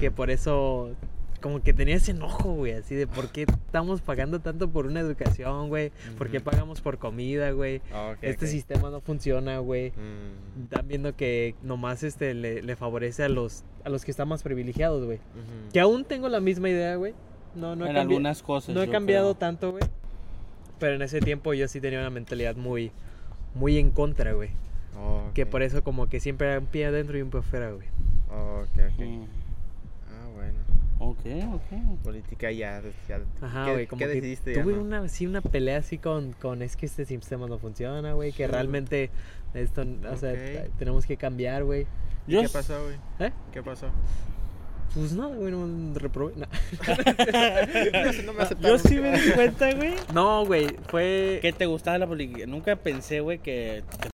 [SPEAKER 2] Que por eso como que tenía ese enojo, güey, así de por qué estamos pagando tanto por una educación, güey, por qué
[SPEAKER 1] Ujú.
[SPEAKER 2] pagamos por comida, güey,
[SPEAKER 1] Oh, Ok,
[SPEAKER 2] este
[SPEAKER 1] ok.
[SPEAKER 2] sistema no funciona, güey.
[SPEAKER 1] Mm,
[SPEAKER 2] Están viendo que nomás este le, le favorece a los a los que están más privilegiados, güey.
[SPEAKER 1] ujú.
[SPEAKER 2] Que aún tengo la misma idea, güey. No, no he
[SPEAKER 3] en
[SPEAKER 2] cambi-
[SPEAKER 3] algunas cosas.
[SPEAKER 2] no he
[SPEAKER 3] yo
[SPEAKER 2] cambiado
[SPEAKER 3] creo.
[SPEAKER 2] tanto, güey. Pero en ese tiempo yo sí tenía una mentalidad muy muy en contra, güey.
[SPEAKER 1] Ok,
[SPEAKER 2] Que por eso como que siempre era un pie adentro y un pie afuera, güey.
[SPEAKER 1] ok, ok.
[SPEAKER 3] Mm.
[SPEAKER 1] Ah, bueno.
[SPEAKER 3] Ok, ok.
[SPEAKER 1] Política ya. de- ya de-
[SPEAKER 2] Ajá,
[SPEAKER 1] ¿Qué,
[SPEAKER 2] güey, como
[SPEAKER 1] ¿qué
[SPEAKER 2] que
[SPEAKER 1] decidiste ya?
[SPEAKER 2] tuve
[SPEAKER 1] no?
[SPEAKER 2] una, así una pelea así con, con es que este sistema no funciona, güey, que
[SPEAKER 1] Sí.
[SPEAKER 2] realmente esto, o sea,
[SPEAKER 1] Ok.
[SPEAKER 2] t- tenemos que cambiar, güey.
[SPEAKER 1] ¿Y
[SPEAKER 3] Yo
[SPEAKER 1] ¿Qué
[SPEAKER 3] s-
[SPEAKER 1] pasó, güey?
[SPEAKER 2] ¿Eh?
[SPEAKER 1] ¿Qué pasó?
[SPEAKER 2] Pues nada, güey, no reprobé, nah.
[SPEAKER 1] No, no me
[SPEAKER 3] Yo
[SPEAKER 1] aceptaron.
[SPEAKER 3] sí me di cuenta, güey.
[SPEAKER 2] No, güey, fue...
[SPEAKER 3] Que te gustaba la política. Nunca pensé, güey, que. te-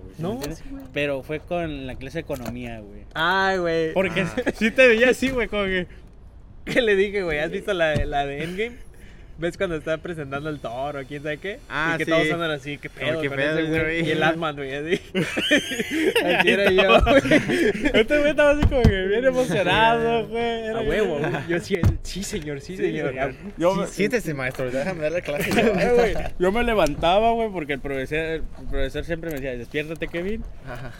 [SPEAKER 3] güey, ¿sí me
[SPEAKER 2] No,
[SPEAKER 3] entiendes?
[SPEAKER 2] sí, güey.
[SPEAKER 3] Pero fue con la clase de economía, güey.
[SPEAKER 2] Ay, güey.
[SPEAKER 3] Porque
[SPEAKER 1] Ah.
[SPEAKER 3] sí te veía así, güey, como que.
[SPEAKER 2] ¿Qué le dije, güey? ¿Has visto la, la de Endgame? ¿Ves cuando está presentando el toro, quién sabe qué?
[SPEAKER 1] Ah,
[SPEAKER 2] y que
[SPEAKER 1] sí.
[SPEAKER 2] todos andan así, qué pedo,
[SPEAKER 1] qué
[SPEAKER 2] con
[SPEAKER 1] pedo
[SPEAKER 2] ese
[SPEAKER 1] ese
[SPEAKER 2] güey.
[SPEAKER 1] güey.
[SPEAKER 2] Y el Atman, güey, así. así era yo, güey.
[SPEAKER 3] Este güey estaba así como que bien emocionado, güey.
[SPEAKER 2] A
[SPEAKER 3] Era
[SPEAKER 2] huevo,
[SPEAKER 3] bien-
[SPEAKER 2] güey. Yo sí, sí, señor, sí, señor.
[SPEAKER 3] Yo, me-
[SPEAKER 1] Sí, Siéntese, maestro. Déjame dar la clase.
[SPEAKER 3] Eh, güey, yo me levantaba, güey, porque el profesor, el profesor siempre me decía, despiértate, Kevin.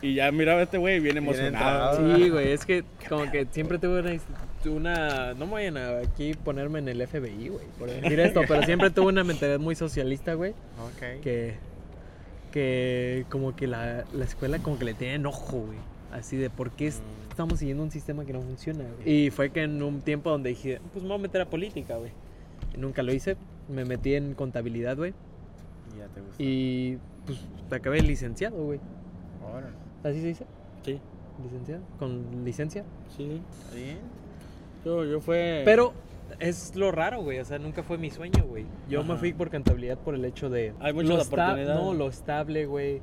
[SPEAKER 3] Y ya miraba a este güey bien emocionado.
[SPEAKER 1] entrado.
[SPEAKER 2] Sí, güey, es que como que siempre tuve una, inst- una... No me vayan a aquí ponerme en el FBI, güey, por decir esto, pero siempre tuve una mentalidad muy socialista, güey,
[SPEAKER 1] ok.
[SPEAKER 2] que, que como que la, la escuela como que le tenía enojo, güey, así de por qué es- estamos siguiendo un sistema que no funciona, güey. Mm. Y fue que en un tiempo donde dije, pues me voy a meter a política, güey. Y Nunca lo hice, me metí en contabilidad, güey,
[SPEAKER 1] Ya te gustó.
[SPEAKER 2] y pues acabé licenciado, güey.
[SPEAKER 1] Órale.
[SPEAKER 2] ¿Así se dice?
[SPEAKER 3] Sí,
[SPEAKER 2] ¿Licenciado? ¿Con licencia?
[SPEAKER 3] sí.
[SPEAKER 1] ¿Está bien?
[SPEAKER 3] Yo, yo fue...
[SPEAKER 2] Pero es lo raro, güey. O sea, nunca fue mi sueño, güey. Yo me
[SPEAKER 3] Ajá.
[SPEAKER 2] fui por contabilidad por el hecho de.
[SPEAKER 3] Hay muchas
[SPEAKER 2] lo esta-
[SPEAKER 3] oportunidades.
[SPEAKER 2] No, lo estable, güey.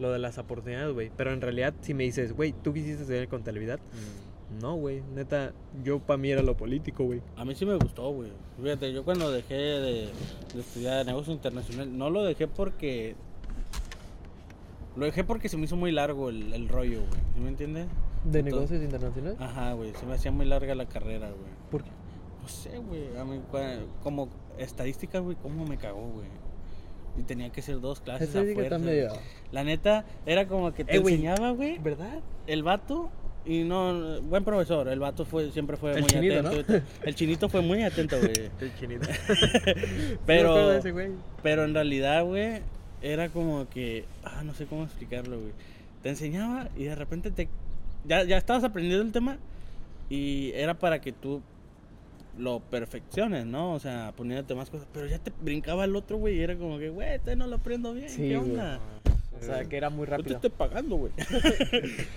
[SPEAKER 2] Lo de las oportunidades, güey. Pero en realidad, si me dices, güey, ¿tú quisiste estudiar contabilidad?
[SPEAKER 1] Mm.
[SPEAKER 2] No, güey. Neta, yo para mí era lo político, güey.
[SPEAKER 3] A mí sí me gustó, güey. Fíjate, yo cuando dejé de, de estudiar negocio internacional, no lo dejé porque... Lo dejé porque se me hizo muy largo el, el rollo, güey. ¿Sí me entiendes?
[SPEAKER 2] ¿De
[SPEAKER 3] Entonces-
[SPEAKER 2] negocios internacionales?
[SPEAKER 3] Ajá, güey. Se me hacía muy larga la carrera, güey.
[SPEAKER 2] ¿Por qué?
[SPEAKER 3] No sé, güey. A mí, cua- como estadística, güey, cómo me cagó, güey. Y tenía que ser dos clases a
[SPEAKER 2] Ese Ah, sí que
[SPEAKER 3] fuerza,
[SPEAKER 2] está
[SPEAKER 3] güey.
[SPEAKER 2] medio.
[SPEAKER 3] La neta, era como que te
[SPEAKER 2] Eh, güey.
[SPEAKER 3] enseñaba, güey,
[SPEAKER 2] ¿Verdad?
[SPEAKER 3] el vato. Y no, buen profesor, el vato fue, siempre fue
[SPEAKER 2] El
[SPEAKER 3] muy
[SPEAKER 2] chinito,
[SPEAKER 3] atento. El chinito fue muy atento, güey.
[SPEAKER 2] El chinito.
[SPEAKER 3] Pero,
[SPEAKER 2] No ese, güey.
[SPEAKER 3] pero en realidad, güey, era como que, ah, no sé cómo explicarlo, güey. Te enseñaba y de repente te... Ya, ya estabas aprendiendo el tema y era para que tú lo perfecciones, ¿no? O sea, poniéndote más cosas. Pero ya te brincaba el otro, güey, y era como que, güey, este no lo aprendo bien,
[SPEAKER 2] Sí,
[SPEAKER 3] ¿qué
[SPEAKER 2] güey.
[SPEAKER 3] onda?
[SPEAKER 2] O sea, que era muy
[SPEAKER 3] No Pues, te
[SPEAKER 2] rápido.
[SPEAKER 3] estoy pagando, güey.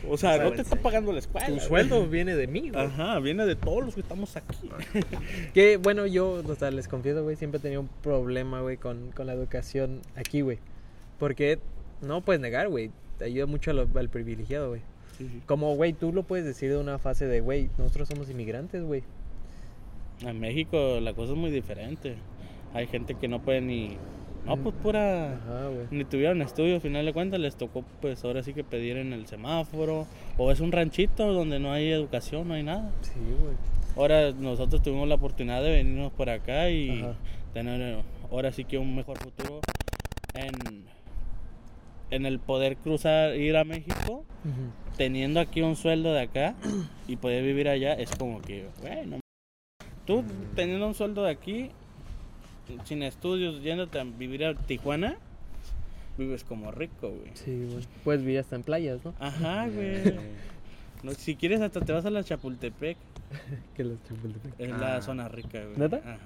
[SPEAKER 3] o sea, no te estoy pagando la escuela.
[SPEAKER 2] Tu
[SPEAKER 3] güey.
[SPEAKER 2] sueldo viene de mí, güey.
[SPEAKER 3] Ajá, viene de todos los que estamos aquí.
[SPEAKER 2] Que bueno, yo, o sea, les confieso, güey, siempre he tenido un problema, güey, con, con la educación aquí, güey. Porque no puedes negar, güey. Te ayuda mucho a lo- al privilegiado, güey. Como, güey, tú lo puedes decir de una fase de, güey, nosotros somos inmigrantes, güey.
[SPEAKER 3] En México la cosa es muy diferente. Hay gente que no puede ni... No, pues pura...
[SPEAKER 2] Ajá, güey.
[SPEAKER 3] Ni tuvieron estudio, al final de cuentas les tocó pues ahora sí que pedir en el semáforo. O es un ranchito donde no hay educación, no hay nada.
[SPEAKER 2] Sí, güey.
[SPEAKER 3] Ahora nosotros tuvimos la oportunidad de venirnos por acá y
[SPEAKER 2] Ajá.
[SPEAKER 3] tener eh, ahora sí que un mejor futuro en, en el poder cruzar, ir a México,
[SPEAKER 2] Ujú.
[SPEAKER 3] teniendo aquí un sueldo de acá y poder vivir allá, es como que, bueno, tú teniendo un sueldo de aquí, sin estudios, yéndote a vivir a Tijuana, vives como rico, güey.
[SPEAKER 2] Sí, güey. Puedes vivir hasta en playas, ¿no?
[SPEAKER 3] Ajá, güey.
[SPEAKER 1] Eh,
[SPEAKER 3] No, si quieres hasta te vas a la Chapultepec.
[SPEAKER 2] Que los Chapultepec.
[SPEAKER 3] Es la
[SPEAKER 1] Ah.
[SPEAKER 3] zona rica, güey.
[SPEAKER 2] ¿Neta?
[SPEAKER 3] Ajá.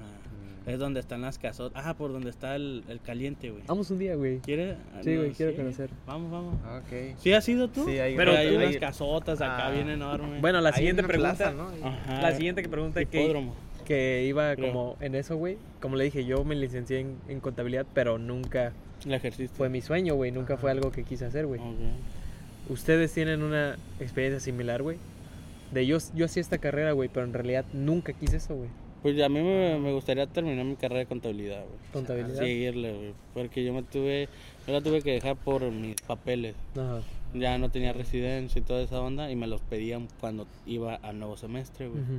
[SPEAKER 3] Es donde están las casotas. Ah, por donde está el, el caliente, güey.
[SPEAKER 2] Vamos un día, güey.
[SPEAKER 3] ¿Quieres? Ah,
[SPEAKER 2] Oh. Sí, güey, quiero conocer.
[SPEAKER 3] Vamos, vamos.
[SPEAKER 5] Ah,
[SPEAKER 1] Ok.
[SPEAKER 3] ¿Sí has ido tú?
[SPEAKER 1] Sí, hay-
[SPEAKER 3] Pero hay,
[SPEAKER 1] hay-
[SPEAKER 3] unas casotas acá
[SPEAKER 1] Ah.
[SPEAKER 3] bien enormes.
[SPEAKER 2] Bueno, la
[SPEAKER 1] Hay
[SPEAKER 2] siguiente
[SPEAKER 1] una
[SPEAKER 2] pregunta.
[SPEAKER 1] plaza, ¿no?
[SPEAKER 3] Ajá.
[SPEAKER 2] La siguiente que pregunta que,
[SPEAKER 3] Hipódromo.
[SPEAKER 2] que iba
[SPEAKER 3] Creo.
[SPEAKER 2] como en eso, güey. Como le dije, yo me licencié en, en contabilidad, pero nunca
[SPEAKER 3] La ejerciste.
[SPEAKER 2] fue mi sueño, güey. Nunca fue algo que quise hacer, güey. ¿Ustedes tienen una experiencia similar, güey? De yo, yo hacía esta carrera, güey, pero en realidad nunca quise eso, güey.
[SPEAKER 3] Pues a mí me, me gustaría terminar mi carrera de contabilidad, güey.
[SPEAKER 2] Contabilidad.
[SPEAKER 3] Seguirle, güey. Porque yo me tuve, yo la tuve que dejar por mis papeles.
[SPEAKER 2] Ajá.
[SPEAKER 3] Ya no tenía residencia y toda esa onda y me los pedían cuando iba al nuevo semestre, güey.
[SPEAKER 2] Ujú.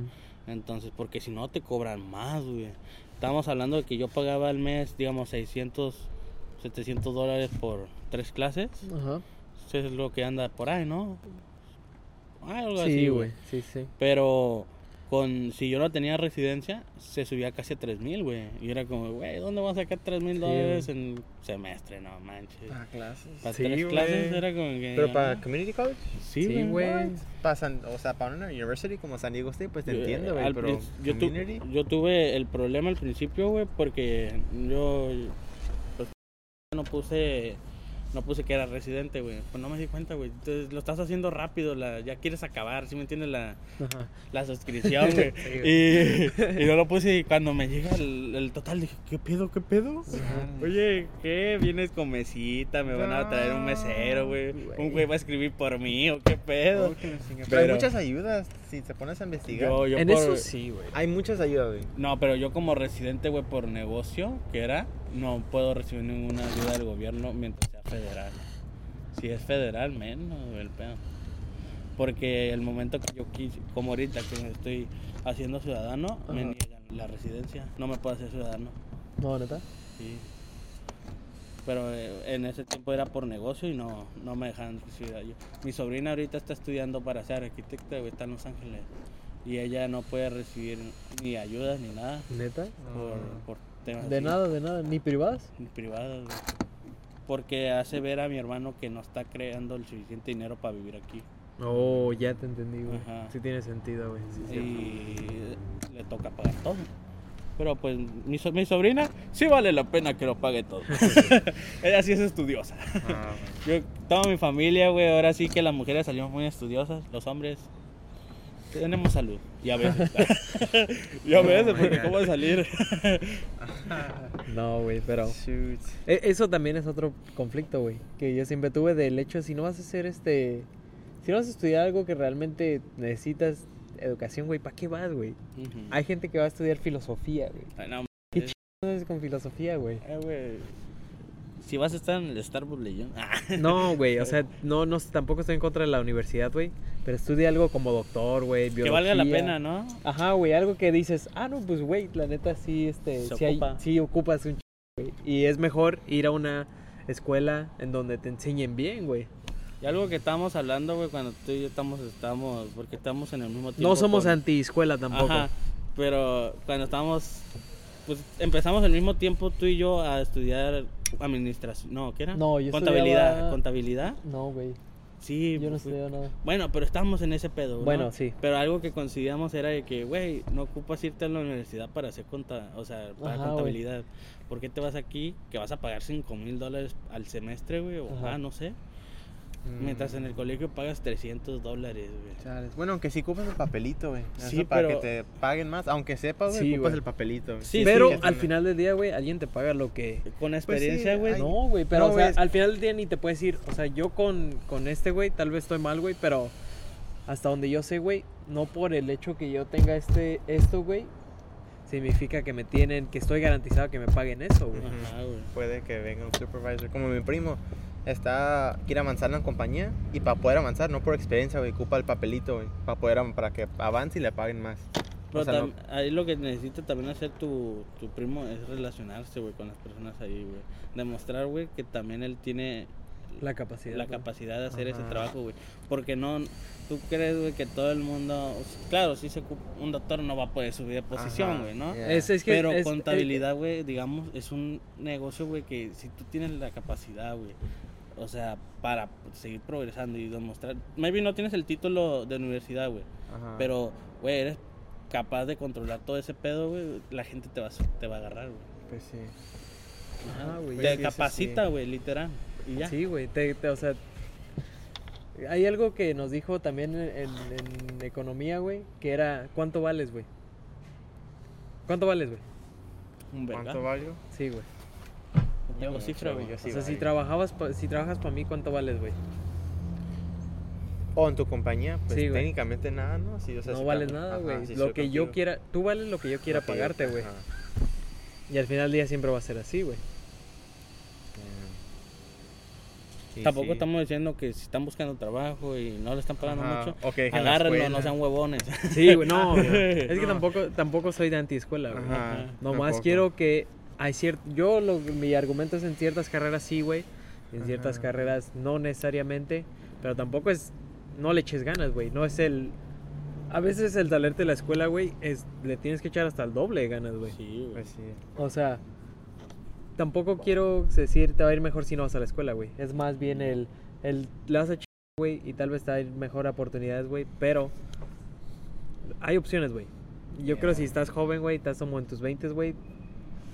[SPEAKER 3] Entonces, porque si no te cobran más, güey. Estábamos hablando de que yo pagaba al mes, digamos, 600, 700 dólares por tres clases.
[SPEAKER 2] Ajá.
[SPEAKER 3] Eso es lo que anda por ahí, ¿no? Algo así,
[SPEAKER 2] Sí,
[SPEAKER 3] güey.
[SPEAKER 2] güey. Sí, sí.
[SPEAKER 3] Pero con si yo no tenía residencia, se subía casi a 3 mil, güey. Y era como, güey, ¿dónde voy a sacar 3 mil
[SPEAKER 2] güey.
[SPEAKER 3] dólares en semestre? No manches.
[SPEAKER 1] Ah,
[SPEAKER 5] Para Ah, clases.
[SPEAKER 3] Para
[SPEAKER 2] sí,
[SPEAKER 3] tres clases
[SPEAKER 5] güey.
[SPEAKER 3] era como que.
[SPEAKER 5] Pero
[SPEAKER 3] ah,
[SPEAKER 5] para community college,
[SPEAKER 3] Sí,
[SPEAKER 2] Sí,
[SPEAKER 3] güey.
[SPEAKER 2] güey.
[SPEAKER 5] pasan, Pues, o
[SPEAKER 1] O sea, para una university como San Diego State, pues te
[SPEAKER 3] Yo- eh,
[SPEAKER 1] entiendo, güey,
[SPEAKER 3] al
[SPEAKER 1] pero
[SPEAKER 3] prin- yo, tu-
[SPEAKER 1] community...
[SPEAKER 3] yo tuve el problema al principio, güey, porque yo pues, no puse no puse que era residente, güey. Pues no me di cuenta, güey. Entonces lo estás haciendo rápido, la, ya quieres acabar, ¿sí me entiendes? La,
[SPEAKER 2] Ajá.
[SPEAKER 3] la suscripción, güey. y, y yo lo puse y cuando me llega el, el total dije, ¿qué pedo, qué pedo?
[SPEAKER 5] ah,
[SPEAKER 3] Oye, ¿qué? ¿Vienes con mesita? ¿Me van a traer un mesero, güey? ¿Un güey va a escribir por mí o qué pedo?
[SPEAKER 5] Pero hay
[SPEAKER 3] Pero-
[SPEAKER 5] muchas ayudas si te pones a investigar.
[SPEAKER 3] Yo- yo
[SPEAKER 2] En
[SPEAKER 3] por-
[SPEAKER 2] eso sí, güey.
[SPEAKER 5] Hay muchas ayudas, güey.
[SPEAKER 3] No, pero yo como residente, güey, por negocio, que era, no puedo recibir ninguna ayuda del gobierno mientras sea federal. Si es federal, menos el pedo. Porque el momento que yo quise, como ahorita que me estoy haciendo ciudadano, me
[SPEAKER 2] Ajá.
[SPEAKER 3] niegan la residencia. No me puedo hacer ciudadano.
[SPEAKER 2] No, neta.
[SPEAKER 3] Sí. Pero eh, en ese tiempo era por negocio y no, no me dejaban recibir ayuda. Mi sobrina ahorita está estudiando para ser arquitecta, güey, está en Los Ángeles. Y ella no puede recibir ni ayudas ni nada
[SPEAKER 2] Neta.
[SPEAKER 3] por, por temas
[SPEAKER 2] Mm. De
[SPEAKER 3] así,
[SPEAKER 2] nada, de nada. Ni privadas.
[SPEAKER 3] privados, güey. porque hace ver a mi hermano que no está creando el suficiente dinero para vivir aquí
[SPEAKER 2] Oh, ya te entendí, güey.
[SPEAKER 3] Ajá.
[SPEAKER 2] Sí tiene sentido, güey. Sí, sí.
[SPEAKER 3] y le toca pagar todo pero pues mi, so- mi sobrina sí vale la pena que lo pague todo ella sí es estudiosa
[SPEAKER 1] Ah,
[SPEAKER 3] yo toda mi familia güey ahora sí que las mujeres salimos muy estudiosas los hombres tenemos salud y a veces y a veces porque cómo salir
[SPEAKER 2] No, güey, pero...
[SPEAKER 5] Shoot.
[SPEAKER 2] E- Eso también es otro conflicto, güey. Que yo siempre tuve del hecho, si no vas a hacer este... Si no vas a estudiar algo que realmente necesitas educación, güey, ¿para qué vas, güey?
[SPEAKER 3] Ujú.
[SPEAKER 2] Hay gente que va a estudiar filosofía, güey.
[SPEAKER 3] Ay, no,
[SPEAKER 2] Entonces con filosofía, güey.
[SPEAKER 3] eh, güey. si vas a estar en el Starbucks leyendo Ah.
[SPEAKER 2] No, güey, o sea, no, no, tampoco estoy en contra de la universidad, güey. Pero estudia algo como doctor, güey,
[SPEAKER 3] Que valga la
[SPEAKER 2] biología.
[SPEAKER 3] pena, ¿no?
[SPEAKER 2] Ajá, güey, algo que dices, ah, no, pues, güey, la neta sí, este,
[SPEAKER 3] Se
[SPEAKER 2] sí, hay-
[SPEAKER 3] ocupa.
[SPEAKER 2] sí ocupas un ch... güey. Y es mejor ir a una escuela en donde te enseñen bien, güey.
[SPEAKER 3] Y algo que estábamos hablando, güey, cuando tú y yo estamos, estamos, porque estamos en el mismo tiempo.
[SPEAKER 2] No somos
[SPEAKER 3] con-
[SPEAKER 2] anti-escuela tampoco.
[SPEAKER 3] Ajá, pero cuando estábamos, pues empezamos al mismo tiempo tú y yo a estudiar administración, no, ¿qué era?
[SPEAKER 2] No, yo
[SPEAKER 3] Contabilidad,
[SPEAKER 2] estudiaba-
[SPEAKER 3] contabilidad.
[SPEAKER 2] No, güey,
[SPEAKER 3] Sí.
[SPEAKER 2] yo no
[SPEAKER 3] pues,
[SPEAKER 2] estudio nada.
[SPEAKER 3] Bueno, pero estábamos en ese pedo, ¿no?
[SPEAKER 2] Bueno, sí.
[SPEAKER 3] Pero algo que coincidíamos era de que, güey, no ocupas irte a la universidad para hacer conta, o sea, para
[SPEAKER 2] Ajá,
[SPEAKER 3] contabilidad. ¿Por qué te vas aquí que vas a pagar 5 mil dólares al semestre, güey? O
[SPEAKER 2] Ajá.
[SPEAKER 3] ah, no sé. Mientras en el colegio pagas 300 dólares, güey.
[SPEAKER 5] Chales. Bueno, aunque sí ocupas el papelito, güey.
[SPEAKER 3] Sí,
[SPEAKER 5] Sí, para
[SPEAKER 3] pero-
[SPEAKER 5] que te paguen más. Aunque sepas, güey,
[SPEAKER 2] Sí,
[SPEAKER 5] ocupas
[SPEAKER 2] güey.
[SPEAKER 5] el papelito. güey.
[SPEAKER 3] Sí,
[SPEAKER 2] pero
[SPEAKER 3] sí,
[SPEAKER 2] al final del día, güey, alguien te paga lo que...
[SPEAKER 3] Con experiencia,
[SPEAKER 5] sí,
[SPEAKER 3] güey.
[SPEAKER 5] hay-
[SPEAKER 3] no.
[SPEAKER 2] No, güey, pero
[SPEAKER 5] No,
[SPEAKER 2] o sea,
[SPEAKER 5] güey, es-
[SPEAKER 2] al final del día ni te puedes ir. O sea, yo con, con este güey, tal vez estoy mal, güey, pero hasta donde yo sé, güey, no por el hecho que yo tenga este esto, güey, significa que me tienen, que estoy garantizado que me paguen eso, güey.
[SPEAKER 3] Ajá, güey.
[SPEAKER 5] Puede que venga un supervisor. Como mi primo está quiere avanzar en la compañía y para poder avanzar, no por experiencia, güey, ocupa el papelito, güey, para poder am- para que avance y le paguen más.
[SPEAKER 3] Pero
[SPEAKER 5] O sea,
[SPEAKER 3] tam- ahí lo que necesita también hacer tu, tu primo es relacionarse, güey, con las personas ahí, güey. Demostrar, güey, que también él tiene
[SPEAKER 2] La capacidad.
[SPEAKER 3] la
[SPEAKER 2] güey.
[SPEAKER 3] capacidad de hacer ese
[SPEAKER 5] pues. Ajá.
[SPEAKER 3] trabajo, güey. Porque no, tú crees, güey, que todo el mundo, o sea, claro, si se ocupa- un doctor no va a poder subir de posición,
[SPEAKER 5] Ajá,
[SPEAKER 3] güey, ¿no?
[SPEAKER 5] yeah.
[SPEAKER 2] Es, es que
[SPEAKER 3] Pero
[SPEAKER 2] es-
[SPEAKER 3] contabilidad, güey, digamos, es un negocio, güey, que si tú tienes la capacidad, güey, o sea, para seguir progresando y demostrar, maybe no tienes el título de universidad, güey,
[SPEAKER 5] Ajá.
[SPEAKER 3] pero, güey, eres capaz de controlar todo ese pedo, güey, la gente te va, a su- te va a agarrar, güey.
[SPEAKER 5] Pues sí.
[SPEAKER 2] eh, Ajá, güey.
[SPEAKER 3] Te
[SPEAKER 5] Ah, sí, eso
[SPEAKER 3] capacita, güey, literal. Y ya.
[SPEAKER 2] Sí, güey, te- te- o sea, hay algo que nos dijo también en, en- en economía, güey, que era, ¿cuánto vales, güey? ¿Cuánto vales, güey?
[SPEAKER 3] Un verga.
[SPEAKER 5] ¿Cuánto valgo?
[SPEAKER 2] Sí, güey.
[SPEAKER 3] No Tengo
[SPEAKER 5] Yo
[SPEAKER 3] cifra,
[SPEAKER 5] mucho,
[SPEAKER 3] güey.
[SPEAKER 5] yo
[SPEAKER 2] O
[SPEAKER 5] sí
[SPEAKER 2] sea, si
[SPEAKER 5] valgo.
[SPEAKER 2] trabajabas, pa- si trabajas para mí, ¿cuánto vales, güey?
[SPEAKER 5] O en tu compañía, pues
[SPEAKER 2] Sí, güey.
[SPEAKER 5] técnicamente nada, ¿no? Sí, o sea,
[SPEAKER 2] No
[SPEAKER 5] sí
[SPEAKER 2] vales
[SPEAKER 5] cambia.
[SPEAKER 2] nada,
[SPEAKER 5] Ajá,
[SPEAKER 2] güey.
[SPEAKER 5] sí,
[SPEAKER 2] lo
[SPEAKER 5] soy
[SPEAKER 2] que yo
[SPEAKER 5] contigo.
[SPEAKER 2] quiera, tú vales lo que yo quiera
[SPEAKER 5] Lo que yo-
[SPEAKER 2] pagarte, güey.
[SPEAKER 5] ajá.
[SPEAKER 2] Y al final del día siempre va a ser así, güey.
[SPEAKER 1] Sí,
[SPEAKER 3] Tampoco
[SPEAKER 1] sí.
[SPEAKER 3] estamos diciendo que si están buscando trabajo y no le están pagando
[SPEAKER 1] Ajá,
[SPEAKER 3] mucho,
[SPEAKER 1] o que dejen la
[SPEAKER 3] agárrenlo,
[SPEAKER 1] escuela.
[SPEAKER 3] no sean huevones.
[SPEAKER 2] Sí, güey, no. es que
[SPEAKER 1] No.
[SPEAKER 2] tampoco, tampoco soy de antiescuela, güey.
[SPEAKER 1] Ajá,
[SPEAKER 2] Nomás
[SPEAKER 1] tampoco.
[SPEAKER 2] quiero que hay cierto... Yo, lo, mi argumento es en ciertas carreras sí, güey. En ciertas
[SPEAKER 1] Ajá.
[SPEAKER 2] carreras no necesariamente. Pero tampoco es... No le eches ganas, güey. No es el... A veces el talento de la escuela, güey, es, le tienes que echar hasta el doble de ganas, güey.
[SPEAKER 3] Sí, güey.
[SPEAKER 1] Pues sí.
[SPEAKER 2] O sea, tampoco quiero decir te va a ir mejor si no vas a la escuela, güey. Es más bien el, el le vas a ch- güey, y tal vez te va a ir mejor a oportunidades, güey, pero hay opciones, güey. Yo creo si estás joven, güey, estás como en tus 20, güey,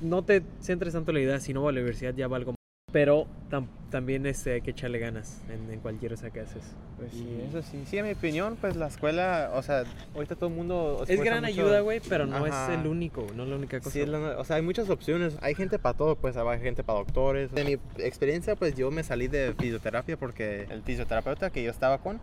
[SPEAKER 2] no te centres tanto en la idea, si no voy a la universidad ya valgo. m- Pero tam- también este, hay que echarle ganas en, en cualquier cosa que haces.
[SPEAKER 1] Pues sí, eso sí. Sí, en mi opinión, pues la escuela, o sea, ahorita todo el mundo...
[SPEAKER 2] Es
[SPEAKER 1] esfuerza
[SPEAKER 2] gran
[SPEAKER 1] mucho-
[SPEAKER 2] ayuda, güey, pero no
[SPEAKER 1] Ajá.
[SPEAKER 2] es el único, no es la única cosa.
[SPEAKER 1] Sí, es la- o sea, hay muchas opciones. Hay gente para todo, pues hay gente para doctores. De mi experiencia, pues yo me salí de fisioterapia porque el fisioterapeuta que yo estaba con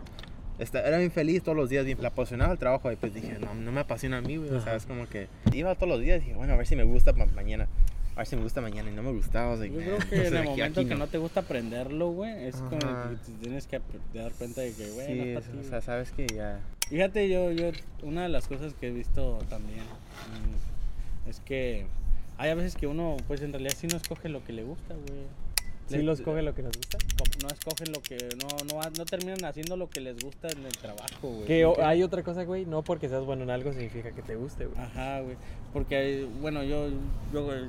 [SPEAKER 1] esta- era bien feliz todos los días, bien le apasionaba el trabajo. Y pues dije, no, no me apasiona a mí, güey. O sea,
[SPEAKER 2] Ajá.
[SPEAKER 1] es como que iba todos los días y dije, bueno, a ver si me gusta ma- mañana. A ver si me gusta mañana y no me gustaba. o sea,
[SPEAKER 3] Yo creo que
[SPEAKER 1] entonces
[SPEAKER 3] en el
[SPEAKER 1] aquí-
[SPEAKER 3] momento
[SPEAKER 1] aquí
[SPEAKER 3] que no te gusta aprenderlo, güey, es como
[SPEAKER 1] Ajá.
[SPEAKER 3] que te tienes que ap- dar cuenta de que, güey, no
[SPEAKER 1] Sí,
[SPEAKER 3] es
[SPEAKER 1] es-
[SPEAKER 3] para ti,
[SPEAKER 1] o
[SPEAKER 3] güey.
[SPEAKER 1] sea, sabes que ya...
[SPEAKER 3] Fíjate, yo, yo, una de las cosas que he visto también mm, es que hay a veces que uno, pues en realidad sí no escoge lo que le gusta, güey.
[SPEAKER 2] Sí
[SPEAKER 3] Le-
[SPEAKER 2] los coge lo que nos gusta.
[SPEAKER 3] com- No escogen lo que, no, no, ha- no terminan haciendo lo que les gusta en el trabajo, güey.
[SPEAKER 2] Que o-
[SPEAKER 3] Porque-
[SPEAKER 2] hay otra cosa, güey, no porque seas bueno en algo significa que te guste, güey.
[SPEAKER 3] Ajá, güey. Porque, bueno, yo, yo güey,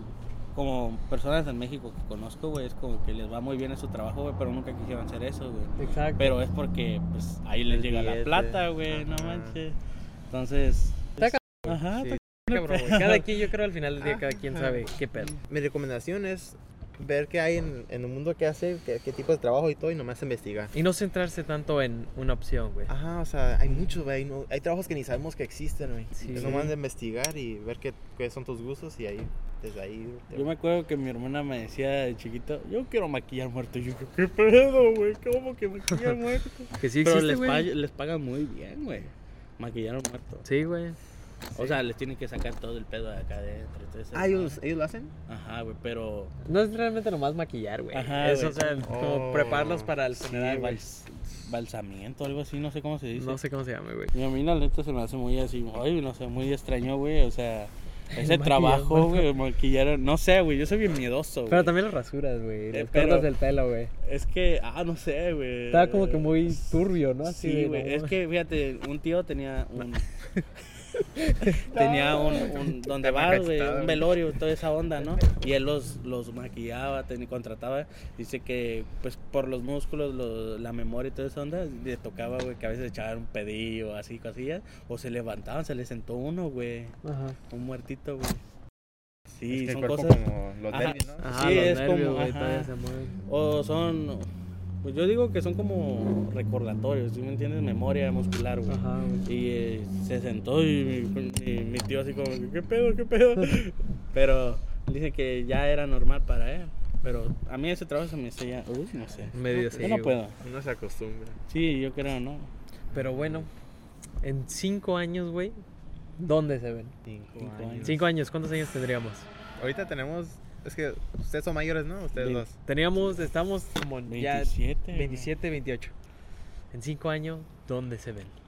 [SPEAKER 3] como personas en México que conozco, güey, es como que les va muy bien en su trabajo, güey, pero nunca quisieron hacer eso, güey.
[SPEAKER 2] Exacto.
[SPEAKER 3] Pero es porque, pues, ahí les
[SPEAKER 1] El
[SPEAKER 3] llega la
[SPEAKER 1] billete.
[SPEAKER 3] plata, güey, no
[SPEAKER 1] Ajá.
[SPEAKER 3] manches. Entonces... pues,
[SPEAKER 2] Está
[SPEAKER 3] es- Ajá,
[SPEAKER 1] Sí,
[SPEAKER 3] está
[SPEAKER 2] Cabrón, güey. Cada quien, yo creo al final del día, cada quien sabe qué pedo.
[SPEAKER 1] Mi recomendación es ver qué hay en, en el mundo, qué hace, qué, qué tipo de trabajo y todo, y nomás investigar.
[SPEAKER 2] Y no centrarse tanto en una opción, güey.
[SPEAKER 1] Ajá, o sea, hay muchos, güey. no- hay trabajos que ni sabemos que existen, güey.
[SPEAKER 2] Sí.
[SPEAKER 1] Es nomás de investigar y ver qué, qué son tus gustos y ahí, desde ahí. te-
[SPEAKER 3] Yo me acuerdo que mi hermana me decía de chiquito, yo quiero maquillar muerto. Y yo, ¿qué pedo, güey? ¿Cómo que maquillar muerto?
[SPEAKER 2] Que sí
[SPEAKER 3] Pero
[SPEAKER 2] existe,
[SPEAKER 3] les,
[SPEAKER 2] güey.
[SPEAKER 3] pa- les pagan muy bien, güey. Maquillar muerto.
[SPEAKER 2] Sí, güey.
[SPEAKER 3] O sea, les tienen que sacar todo el pedo de acá adentro. entonces,
[SPEAKER 1] Ah, ¿ellos, ellos lo hacen?
[SPEAKER 3] Ajá, güey, pero...
[SPEAKER 2] No es realmente nomás maquillar, güey.
[SPEAKER 3] Ajá,
[SPEAKER 2] Es,
[SPEAKER 3] güey.
[SPEAKER 2] o sea, como
[SPEAKER 1] Oh,
[SPEAKER 2] prepararlos para el
[SPEAKER 3] sí,
[SPEAKER 2] funeral, güey.
[SPEAKER 3] bals- balsamiento, algo así, no sé cómo se dice.
[SPEAKER 2] No sé cómo se llama, güey.
[SPEAKER 3] Y a mí la neta se me hace muy así, ay, no sé, muy extraño, güey, o sea... Ese
[SPEAKER 2] Maquillar
[SPEAKER 3] trabajo, güey, maquillar, no sé, güey, yo soy bien miedoso, güey.
[SPEAKER 2] Pero también las rasuras, güey.
[SPEAKER 3] Eh,
[SPEAKER 2] Las
[SPEAKER 3] pero-
[SPEAKER 2] cortas del pelo, güey.
[SPEAKER 3] Es que, ah, no sé, güey.
[SPEAKER 2] Estaba como que muy turbio, ¿no? Así
[SPEAKER 3] Sí,
[SPEAKER 2] de,
[SPEAKER 3] güey.
[SPEAKER 2] no,
[SPEAKER 3] Es que, fíjate, un tío tenía un. tenía un. un- donde va, güey, un velorio, toda esa onda, ¿no? Y él los, los maquillaba, ten- contrataba. Dice que, pues, por los músculos, lo- la memoria y toda esa onda, le tocaba, güey, que a veces echaban un pedillo, así, cosillas. O se levantaban, se le sentó uno, güey.
[SPEAKER 2] Ajá.
[SPEAKER 3] Un muertito, güey.
[SPEAKER 1] Es que
[SPEAKER 3] Sí,
[SPEAKER 1] el
[SPEAKER 3] son
[SPEAKER 1] cuerpo
[SPEAKER 3] cosas.
[SPEAKER 1] Este, como los
[SPEAKER 3] Ajá.
[SPEAKER 1] nervios, ¿no?
[SPEAKER 2] Ajá,
[SPEAKER 3] Sí,
[SPEAKER 2] los
[SPEAKER 3] es
[SPEAKER 2] nervios,
[SPEAKER 3] como-
[SPEAKER 2] güey,
[SPEAKER 3] ajá.
[SPEAKER 2] todavía se mueven.
[SPEAKER 3] O son. Pues yo digo que son como recordatorios, ¿sí me entiendes? Memoria muscular, güey.
[SPEAKER 2] Ajá, güey.
[SPEAKER 3] Y eh, se sentó y mi, mi- mi tío así como, que, ¿qué pedo, qué pedo? Pero dice que ya era normal para él. Pero a mí ese trabajo se me hacía, uy, no sé.
[SPEAKER 2] Medio sí,
[SPEAKER 3] yo no
[SPEAKER 2] güey.
[SPEAKER 3] puedo.
[SPEAKER 1] Uno se acostumbra.
[SPEAKER 3] Sí, yo creo, ¿no?
[SPEAKER 2] Pero bueno, en cinco años, güey, ¿dónde se ven?
[SPEAKER 1] Cinco,
[SPEAKER 3] Cinco
[SPEAKER 1] años.
[SPEAKER 3] años.
[SPEAKER 2] Cinco años, ¿cuántos años tendríamos?
[SPEAKER 1] Ahorita tenemos. Es que ustedes son mayores, ¿no? Ustedes
[SPEAKER 2] Ve-
[SPEAKER 1] dos.
[SPEAKER 2] Teníamos, estamos como en ya
[SPEAKER 3] 27. güey.
[SPEAKER 2] 27, 28. En 5 años, ¿dónde se ven?